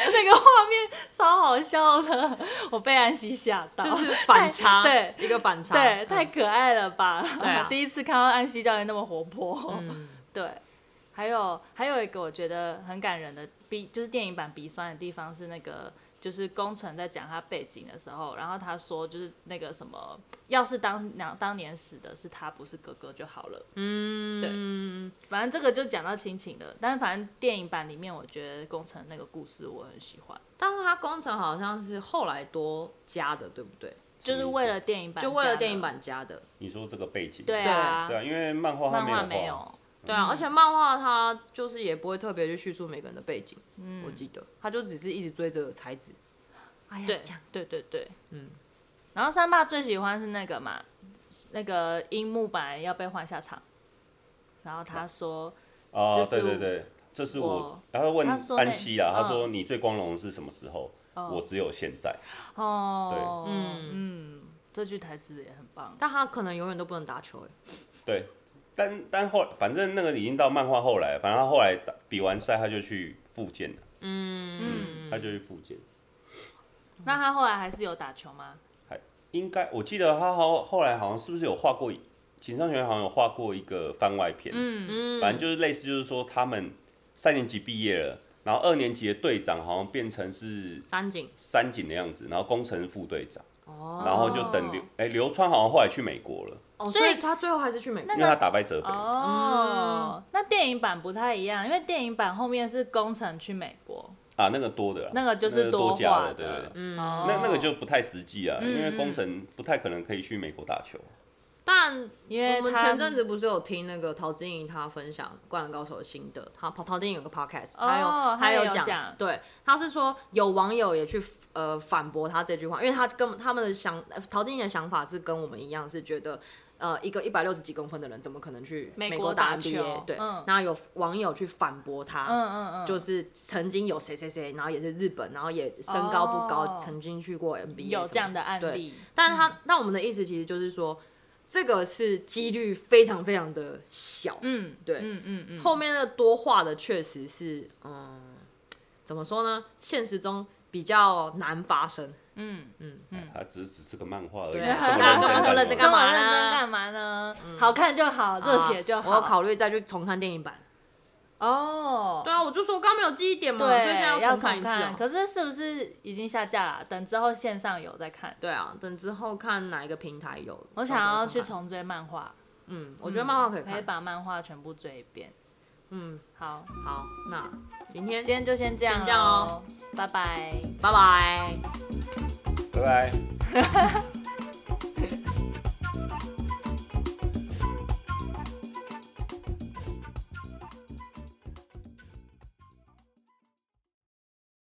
Speaker 2: 那个画面超好笑的，我被安西吓到，
Speaker 1: 就是 哦反差，
Speaker 2: 对
Speaker 1: 一个反差，
Speaker 2: 对，
Speaker 1: 嗯
Speaker 2: 太可爱了吧！
Speaker 1: 对啊
Speaker 2: 第一次看到安西教练那么活泼，
Speaker 1: 嗯
Speaker 2: 对。还有还有一个我觉得很感人的鼻，就是电影版鼻酸的地方是那个，就是工程在讲他背景的时候，然后他说就是那个什么，要是当当当年死的是他，不是哥哥就好了。
Speaker 1: 嗯，
Speaker 2: 反正这个就讲到亲情了，但是反正电影版里面，我觉得工程那个故事我很喜欢，
Speaker 1: 但是他工程好像是后来多加的，对不对？
Speaker 2: 就是为了电影版，
Speaker 1: 就为了电影，版加的，
Speaker 3: 你说这个背景，
Speaker 2: 对啊，
Speaker 3: 对啊，因为漫画
Speaker 2: 漫
Speaker 3: 它没有
Speaker 2: 画
Speaker 3: 画，
Speaker 2: 没有，
Speaker 1: 对啊，而且漫画它就是也不会特别去叙述每个人的背景，我记得，他就只是一直追着才子。嗯哎呀
Speaker 2: 对
Speaker 1: 这样
Speaker 2: 对对对，嗯
Speaker 1: 嗯。
Speaker 2: 然后三爸最喜欢是那个嘛，那个樱木本来要被换下场，然后他说，
Speaker 3: 啊、
Speaker 2: 这是
Speaker 3: 对对对，这是
Speaker 2: 我
Speaker 3: 我，然后问
Speaker 2: 他说那
Speaker 3: 安西啊，
Speaker 2: 嗯
Speaker 3: 他说你最光荣的是什么时候？我只有现 在。
Speaker 2: 哦，嗯
Speaker 1: 嗯
Speaker 2: 嗯，这句台词也很棒，
Speaker 1: 但他可能永远都不能打球、欸，
Speaker 3: 对，但但后反正那个已经到漫画后来，反正他后来打比完赛他就去复健了，
Speaker 1: 嗯，
Speaker 3: 他就去复健。
Speaker 2: 那他后来还是有打球吗？
Speaker 3: 应该我记得他好后来好像是不是有画过锦上学好像有画过一个番外篇，
Speaker 2: 嗯，
Speaker 1: 嗯
Speaker 3: 反正就是类似就是说他们三年级毕业了，然后二年级的队长好像变成是
Speaker 1: 三井
Speaker 3: 三井的样子，然后工程副队长。
Speaker 1: 哦
Speaker 3: 然后就等流哎、流川好像后来去美国了，
Speaker 1: 哦，
Speaker 2: 所
Speaker 1: 所
Speaker 2: 以
Speaker 1: 以他最后还是去美国
Speaker 2: 那
Speaker 3: 因
Speaker 2: 个
Speaker 3: 为他打败泽北。
Speaker 1: 嗯
Speaker 2: 哦，那电影版不太一样，因为电影版后面是工程去美国，
Speaker 3: 啊，那个多的啦，
Speaker 2: 那个就是
Speaker 3: 多加
Speaker 2: 画
Speaker 3: 了，对对对。
Speaker 2: 嗯，
Speaker 3: 那
Speaker 2: 那
Speaker 3: 那个就不太实际啊，
Speaker 2: 嗯
Speaker 3: 因为工程不太可能可以去美国打球，
Speaker 1: 但
Speaker 2: 因为
Speaker 1: 我们
Speaker 2: 他
Speaker 1: 前阵子不是有听那个陶晶莹她分享《灌篮高手》的心得，她陶晶莹有个 podcast，
Speaker 2: 哦
Speaker 1: 还有、
Speaker 2: 她
Speaker 1: 还
Speaker 2: 也有
Speaker 1: 讲，
Speaker 2: 讲
Speaker 1: 对，她是说有网友也去呃反驳她这句话，因为她跟他们的想呃陶晶莹的想法是跟我们一样，是觉得。呃，一个一百六十几公分的人怎么可能去
Speaker 2: 美
Speaker 1: 美
Speaker 2: 国
Speaker 1: 打
Speaker 2: 打球
Speaker 1: NBA？对，
Speaker 2: 嗯
Speaker 1: 那有网友去反驳她，
Speaker 2: 嗯嗯嗯，
Speaker 1: 就是曾经有谁谁谁，然后也是日本，然后也身高不高，
Speaker 2: 哦
Speaker 1: 曾经去过 NBA，
Speaker 2: 有
Speaker 1: 什么
Speaker 2: 这样的案
Speaker 1: 对
Speaker 2: 例，
Speaker 1: 但是他，那我们的意思其实就是说，这个是几率非常非常的小，
Speaker 2: 嗯，
Speaker 1: 对
Speaker 2: 嗯嗯嗯，
Speaker 1: 后面的多话的确实是，嗯，怎么说呢？现实中比较难发生。
Speaker 2: 嗯
Speaker 3: 它只是只是个漫画而已，
Speaker 1: 对
Speaker 2: 啊
Speaker 3: 这 么认真
Speaker 1: 这么认真干嘛
Speaker 2: 那么
Speaker 3: 干嘛
Speaker 2: 认真
Speaker 1: 呢
Speaker 2: 干嘛呢？好看就好，热血就
Speaker 1: 嗯我有
Speaker 2: 好。
Speaker 1: 考虑再去重看电影版。
Speaker 2: 哦，
Speaker 1: 对啊，我就说我刚没有记忆点嘛，所以现在
Speaker 2: 对，要
Speaker 1: 重看一次、哦。
Speaker 2: 可是是不是已经下架了？等之后线上有再看。
Speaker 1: 对啊，等之后看哪一个平台有。
Speaker 2: 我
Speaker 1: 到
Speaker 2: 想
Speaker 1: 时候
Speaker 2: 要
Speaker 1: 重
Speaker 2: 去
Speaker 1: 看，
Speaker 2: 重追漫画，
Speaker 1: 嗯，我觉得漫画可以
Speaker 2: 可以
Speaker 1: 看。
Speaker 2: 把漫画全部追一遍。
Speaker 1: 嗯，
Speaker 2: 好，
Speaker 1: 好，那今天
Speaker 2: 今天就先这样，
Speaker 1: 先这样哦，
Speaker 2: 拜拜。
Speaker 1: 拜拜。
Speaker 3: 拜拜。